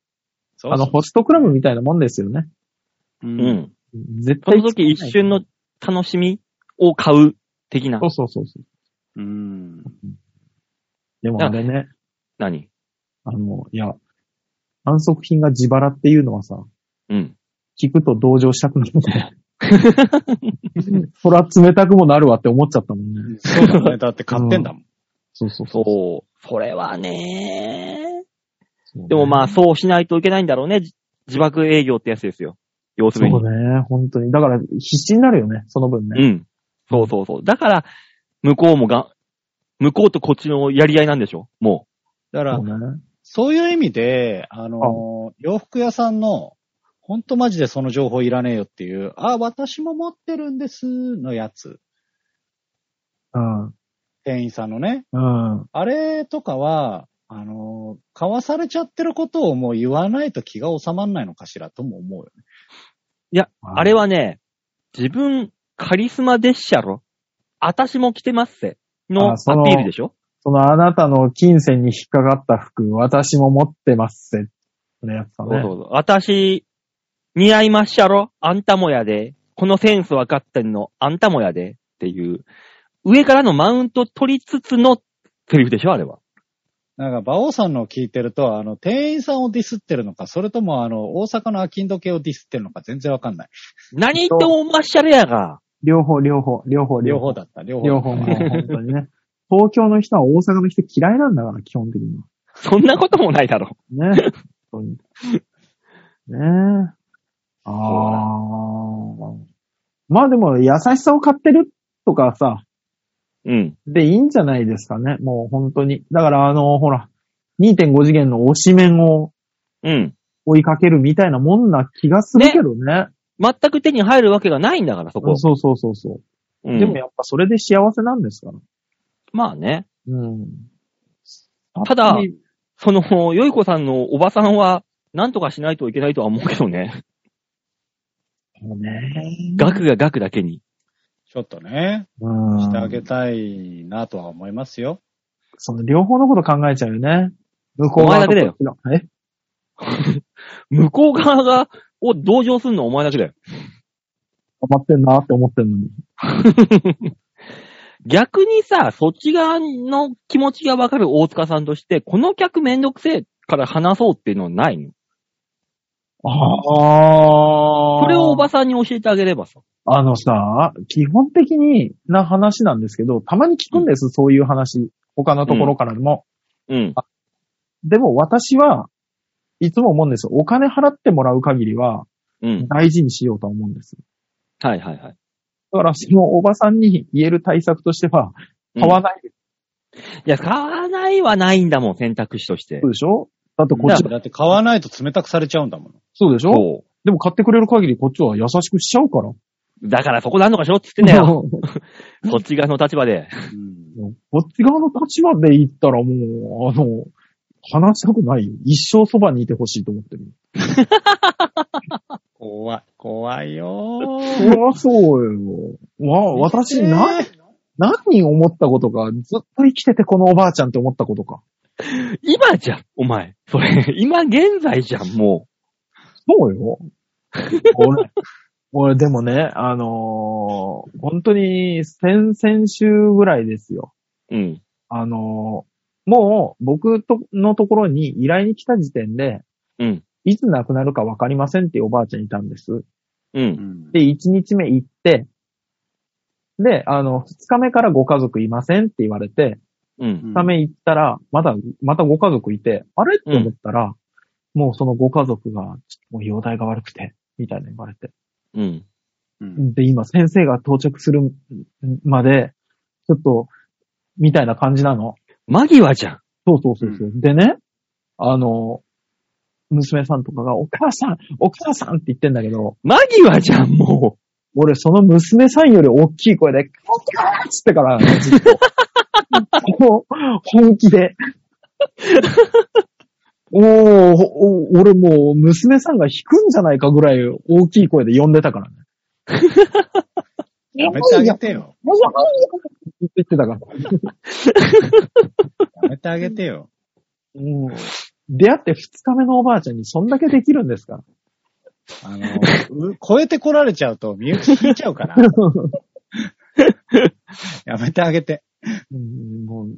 そうあその、うホストクラブみたいなもんですよね。ううんん。絶そ対の時一瞬の楽しみを買う的なそ。うそうそうそう。うん。でもあれね、何あの、いや、反則品が自腹っていうのはさ、うん。聞くと同情したくなる ね。そら冷たくもなるわって思っちゃったもんね。そうだね。だって買ってんだもん。そうそうそう。そう。それはねそうねでもまあ、そうしないといけないんだろうね。じ自爆営業ってやつですよ。要すそるに。うね、本当に。だから必死になるよね、その分ね。うん。そうそうそう。だから、向こうもが、向こうとこっちのやり合いなんでしょもだからそう、ね。そういう意味で、あの、洋服屋さんの、ほんとマジでその情報いらねえよっていう、あ、私も持ってるんです、のやつ。うん。店員さんのね。うん。あれとかは、あの、買わされちゃってることをもう言わないと気が収まんないのかしらとも思うよね。う。あれはね、自分、カリスマでっしゃろ私も着てますせ。のあアそのピールでしょそのあなたの金銭に引っかかった服、私も持ってますぜ。のやつそだうね。そうそう。私、似合いまっしゃろあんたもやで。このセンス分かってんの、あんたもやで。っていう、上からのマウント取りつつのセリフでしょあれは。なんか、馬王さんのを聞いてると、あの、店員さんをディスってるのか、それとも、あの、大阪のアキンド系をディスってるのか全然わかんない。何言ってもまっしゃれやが。両方、両方、両方、両方。だった、両方。両方、もう本当にね。東京の人は大阪の人嫌いなんだから、基本的にそんなこともないだろ。は。ね。本当に。ねえ。ああ。まあでも、優しさを買ってるとかさ、うん。でいいんじゃないですかね。もう本当に。だから、あの、ほら、2.5次元の推し面をうん。追いかけるみたいなもんな気がするけどね全く手に入るわけがないんだから、そこ。そうそうそうそう。うんでもやっぱそれで幸せなんですから。まあね。うん。ただあんまりその、よいこさんのおばさんは、なんとかしないといけないとは思うけどね。もうね。額が額だけに。ちょっとね、うん。してあげたいなとは思いますよ。その両方のこと考えちゃうよね。向こうお側前だけだよとこっちのえ向こう側が、を同情するのはお前だけだよ。余ってんなって思ってんのに。逆にさ、そっち側の気持ちがわかる大塚さんとして、この客めんどくせえから話そうっていうのはないの。ああ。それをおばさんに教えてあげればさ。あのさ、基本的にな話なんですけど、たまに聞くんです、そういう話。他のところからでも。うん。でも私はいつも思うんですよ。お金払ってもらう限りはうん。大事にしようとは思うんです。はいはいはい。だからそのおばさんに言える対策としては、うん買わないでいや、買わないはないんだもん、選択肢として。でしょ、だってこっちだって買わないと冷たくされちゃうんだもの。そうでしょそでも買ってくれる限りこっちは優しくしちゃうから。う。だからそこなんとかしろって言ってんだよ。そっち側の立場で。うん こっち側の立場で言ったらもう、あの、話したくないよ。一生そばにいてほしいと思ってる。怖い、怖いよそりゃそうよ。わ、私、な、何人思ったことか、ずっと生きててこのおばあちゃんって思ったことか。今じゃん、お前。それ、今現在じゃん、もそうよ。 俺、俺でもね、あのー本当に先々週ぐらいですよ。う。うん。あのーもう僕とのところに依頼に来た時点で、うん。いつ亡くなるかわかりませんっていうおばあちゃんいたんです。う。うんんで、1日目行って、で、あの、2日目からご家族いませんって言われて、うん。ため行ったら、まだ、またご家族いて、あれって思ったら、もうそのご家族が、ちょっともう容体が悪くて、みたいな言われて。うん。うんで、今、先生が到着するんまで、ちょっと、みたいな感じなの。間際じゃん。そうそうそうそう。でね、あの、娘さんとかが、お母さん、お母さんって言ってんだけど、間際じゃん、も俺、その娘さんより大きい声で、お母さんっつってから、ずっと。もう本気で。おーお、俺もう、娘さんが弾くんじゃないかぐらい大きい声で呼んでたからね。やめてあげてよ。もうやばいよって言ってたから。やめてあげてよ。うん出会って二日目のおばあちゃんにそんだけできるんですかあの、う 超えてこられちゃうと身内引いちゃう から。やめてあげて。うんもう、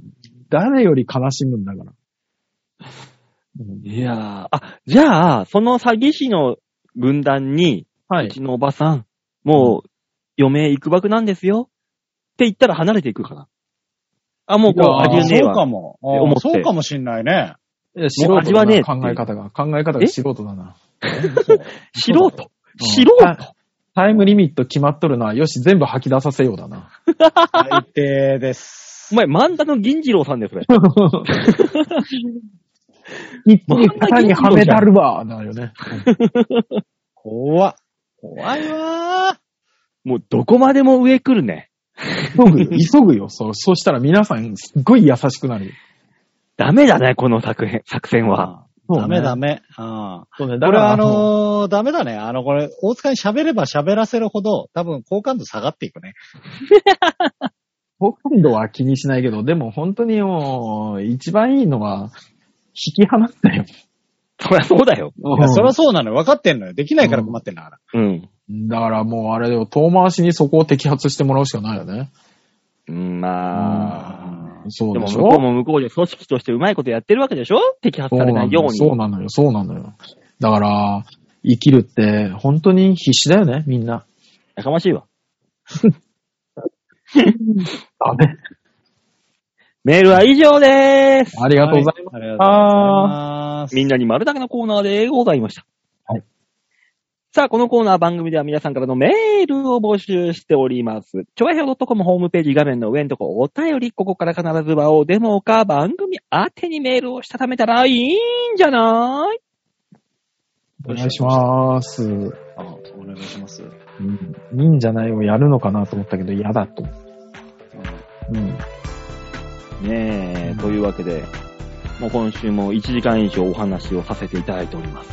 誰より悲しむんだから。うんう。いやー。あ、じゃあ、その詐欺師の軍団に、はうい。ちのおばさん、もう、余命いくばくなんですよ。って言ったら離れていくかな。あ、もうこう、あ味げはねえそうかわ。も思っ。てそうかもしんないね。素もう人味はだねえっな、ていう考え方が。考え方がえ素人だな。素人。うん素人。タタイムリミット決まっとるのは、よし、全部吐き出させようだ な。最低ですお。前、漫画の銀次郎さんです、それ。一気に型にはめたるわ、だよね。怖っ。怖いわもう、どこまでも上来るね。 急ぐよ、急ぐよ。そう、そうしたら皆さん、すっごい優しくなるよ。ダメだね、この作編、作戦は。ー。そうねダメダメ。うんそうね、こだかれはら、ああの、のーダメだね。あの、これ、大塚に喋れば喋らせるほど、多分好感度下がっていくね。好感度は気にしないけど、でも本当にもう、一番いいのは、引き離すだよ。そりゃそうだよ。いや、そりゃそうなのよ。分かってんのよ。できないから困ってんだから。うん。だからもうあれを遠回しにそこを摘発してもらうしかないよね。うん、まあ。そうでもでし向ょこうも向こうで組織としてうまいことやってるわけでしょ摘発されないように。そうなのよ、そうなのよ。だから、生きるって本当に必死だよね、みんな。やかましいわ。ダメ。メールは以上でーす。ありがとうございます。ありがとうす。ございます。みんなに丸だけのコーナーでございました。はい。さあ、このコーナー番組では皆さんからのメールを募集しております。ちょわひょ .com ホームページ画面の上のとこお便り、ここから必ず場をデモか番組宛てにメールをしたためたらいいんじゃないお願いします。あお願いします。うんうんいいんじゃないをやるのかなと思ったけど、嫌だと。うん。ねえ、というわけで、もう今週も1時間以上お話をさせていただいております。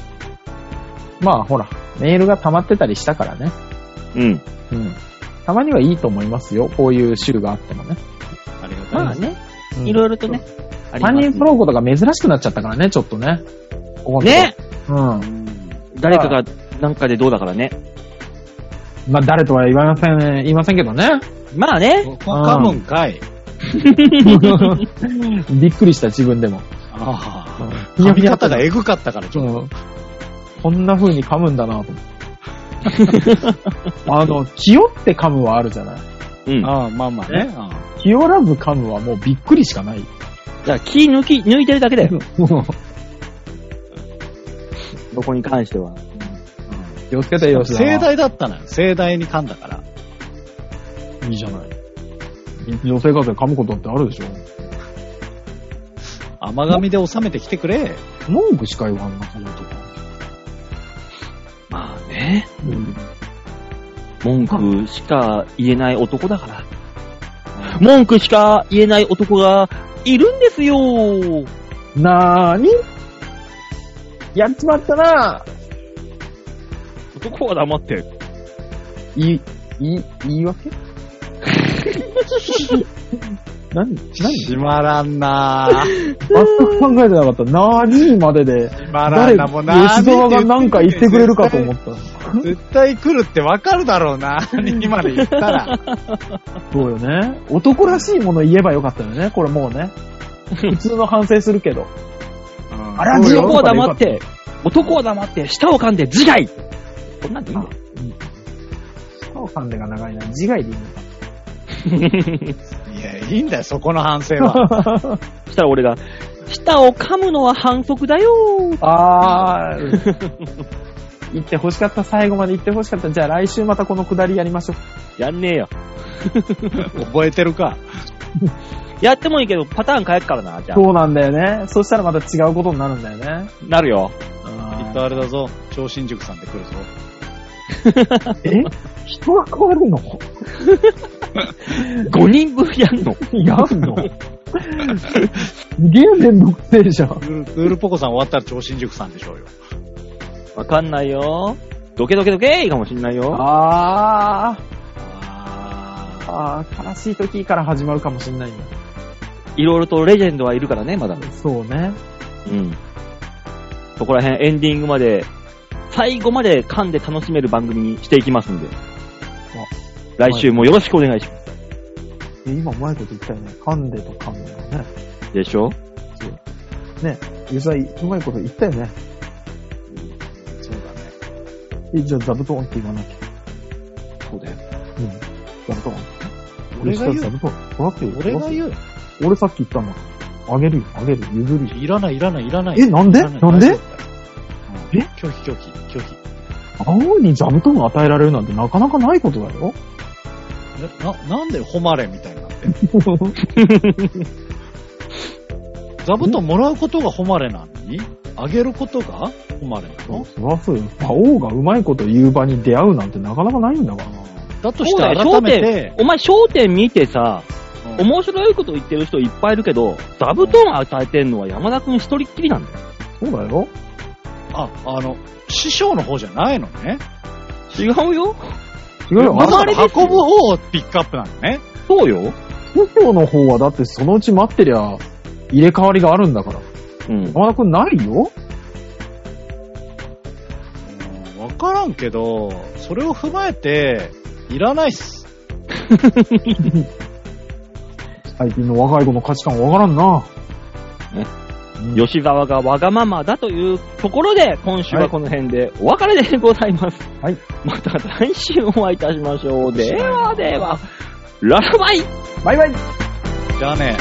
まあほら、メールが溜まってたりしたからね。うん。うん。たまにはいいと思いますよ。こういう週があってもね。ありがとうございままあす。ね、うんいろいろとね、ありま三す人揃うことが珍しくなっちゃったからね、ちょっとね。ここのとこねうん。誰かがなんかでどうだからね。まあ、誰とは言いません、言いませんけ どね。まあね。ここ噛むんかい。びっくりした、自分でも。ああ。いや噛み方がエグかったから、ちょっうんこんな風に噛むん だなと思って。あの、気負って噛むはあるじゃない。うん。と。だかああ、まあまあね。あ気負らず噛むはもうびっくりしか ない。ら気抜き、抜いてるだけだよ。そこに関しては。気をつけて よ、あ吉田盛大だったのよ。盛大に噛んだから。いいじゃない。女性活で噛むことってあるでしょ甘噛みで収めてきてくれ。文句しか言わんな、このとか。まあね。文句しか言えない男だから。文句しか言えない男がいるんですよ。なーにやっちまったな男は黙って。いい、いい、言い訳 何何しまらんなぁ。全く考えてなかった。なーにまでで。しまら誰んな、もうな吉沢が何か言ってくれるかと思った。た。絶対来るってわかるだろうな。何まで言ったら。そうよね。男らしいもの言えばよかったよね、これもう ね。普通の反省するけど。うんあらそうよ男は黙って。男は黙って、舌を噛んで自害こんなんでいいんだよそう噛んでが長いな。自害でいいのか。いや、いいんだよ、そこの反省は。 そしたら俺が、舌を噛むのは反則だよーあー。言って欲しかった、最後まで言って欲しかった。じゃあ来週またこのくだりやりましょやんねえよ。覚えてるか。やってもいいけど、パターン変えっからな、じう。ゃあ。そうなんだよね。そしたらまた違うことになるんだよね。なるよ。きっとあれだぞ、超新塾さんって来るぞ。え人が変わるの5人分やんの。やんのすげえ面倒くせえじゃん。クールクールポコさん終わったら超新塾さんでしょうよ。わかんないよ。どけどけどけーかもしんないよ。あー。ああー、悲しい時から始まるかもしんないんだ。いろいろとレジェンドはいるからね、まだ。そうね。うん。そこら辺エンディングまで、最後まで噛んで楽しめる番組にしていきますんで。来週もよろしくお願いしまえ今うまいこと言ったよね。噛んでと噛むのね。す。でしょゆさいうまいこと言ったよね。ーそうだね。え、じゃあ座布団って言わなきゃ。そうだよ。うん。座布団。俺が吉言田う。座布団。もらってよ。俺がう。言う。俺さっき言ったんだから。あげるよ、あげる。譲るよ。いらない、いらない、いらない。え、なんでいらいなんで大丈夫だよえうん拒否、拒否、拒否。青に座布団を与えられるなんてなかなかないことだよ。な、ななんで誉れみたいになってんの座布団もらうことが誉れなのに、あげることが誉れなのそらそうよ。馬王がうまいこと言う場に出会うなんてなかなかないんだから。だとしてそうだよ改めて、お前、焦点見てさ、うん面白いこと言ってる人いっぱいいるけど、座布団与えてんのは山田くん一人っきりなんだよ。そうだよ。あ、あの、師匠の方じゃないのね。違うよ違うよ。まされですよ運ぶ方をピックアップなのね。そうよ。東京の方はだってそのうち待ってりゃ、入れ替わりがあるんだから。うん。山田くんないようんわからんけど、それを踏まえて、いらないっす。最近の若い子の価値観わからんな。ねうん吉沢がわがままだというところで、今週はこの辺でお別れでございます。はい。また来週お会いいたしましょう。ではでは、ララバイバイバイじゃあね。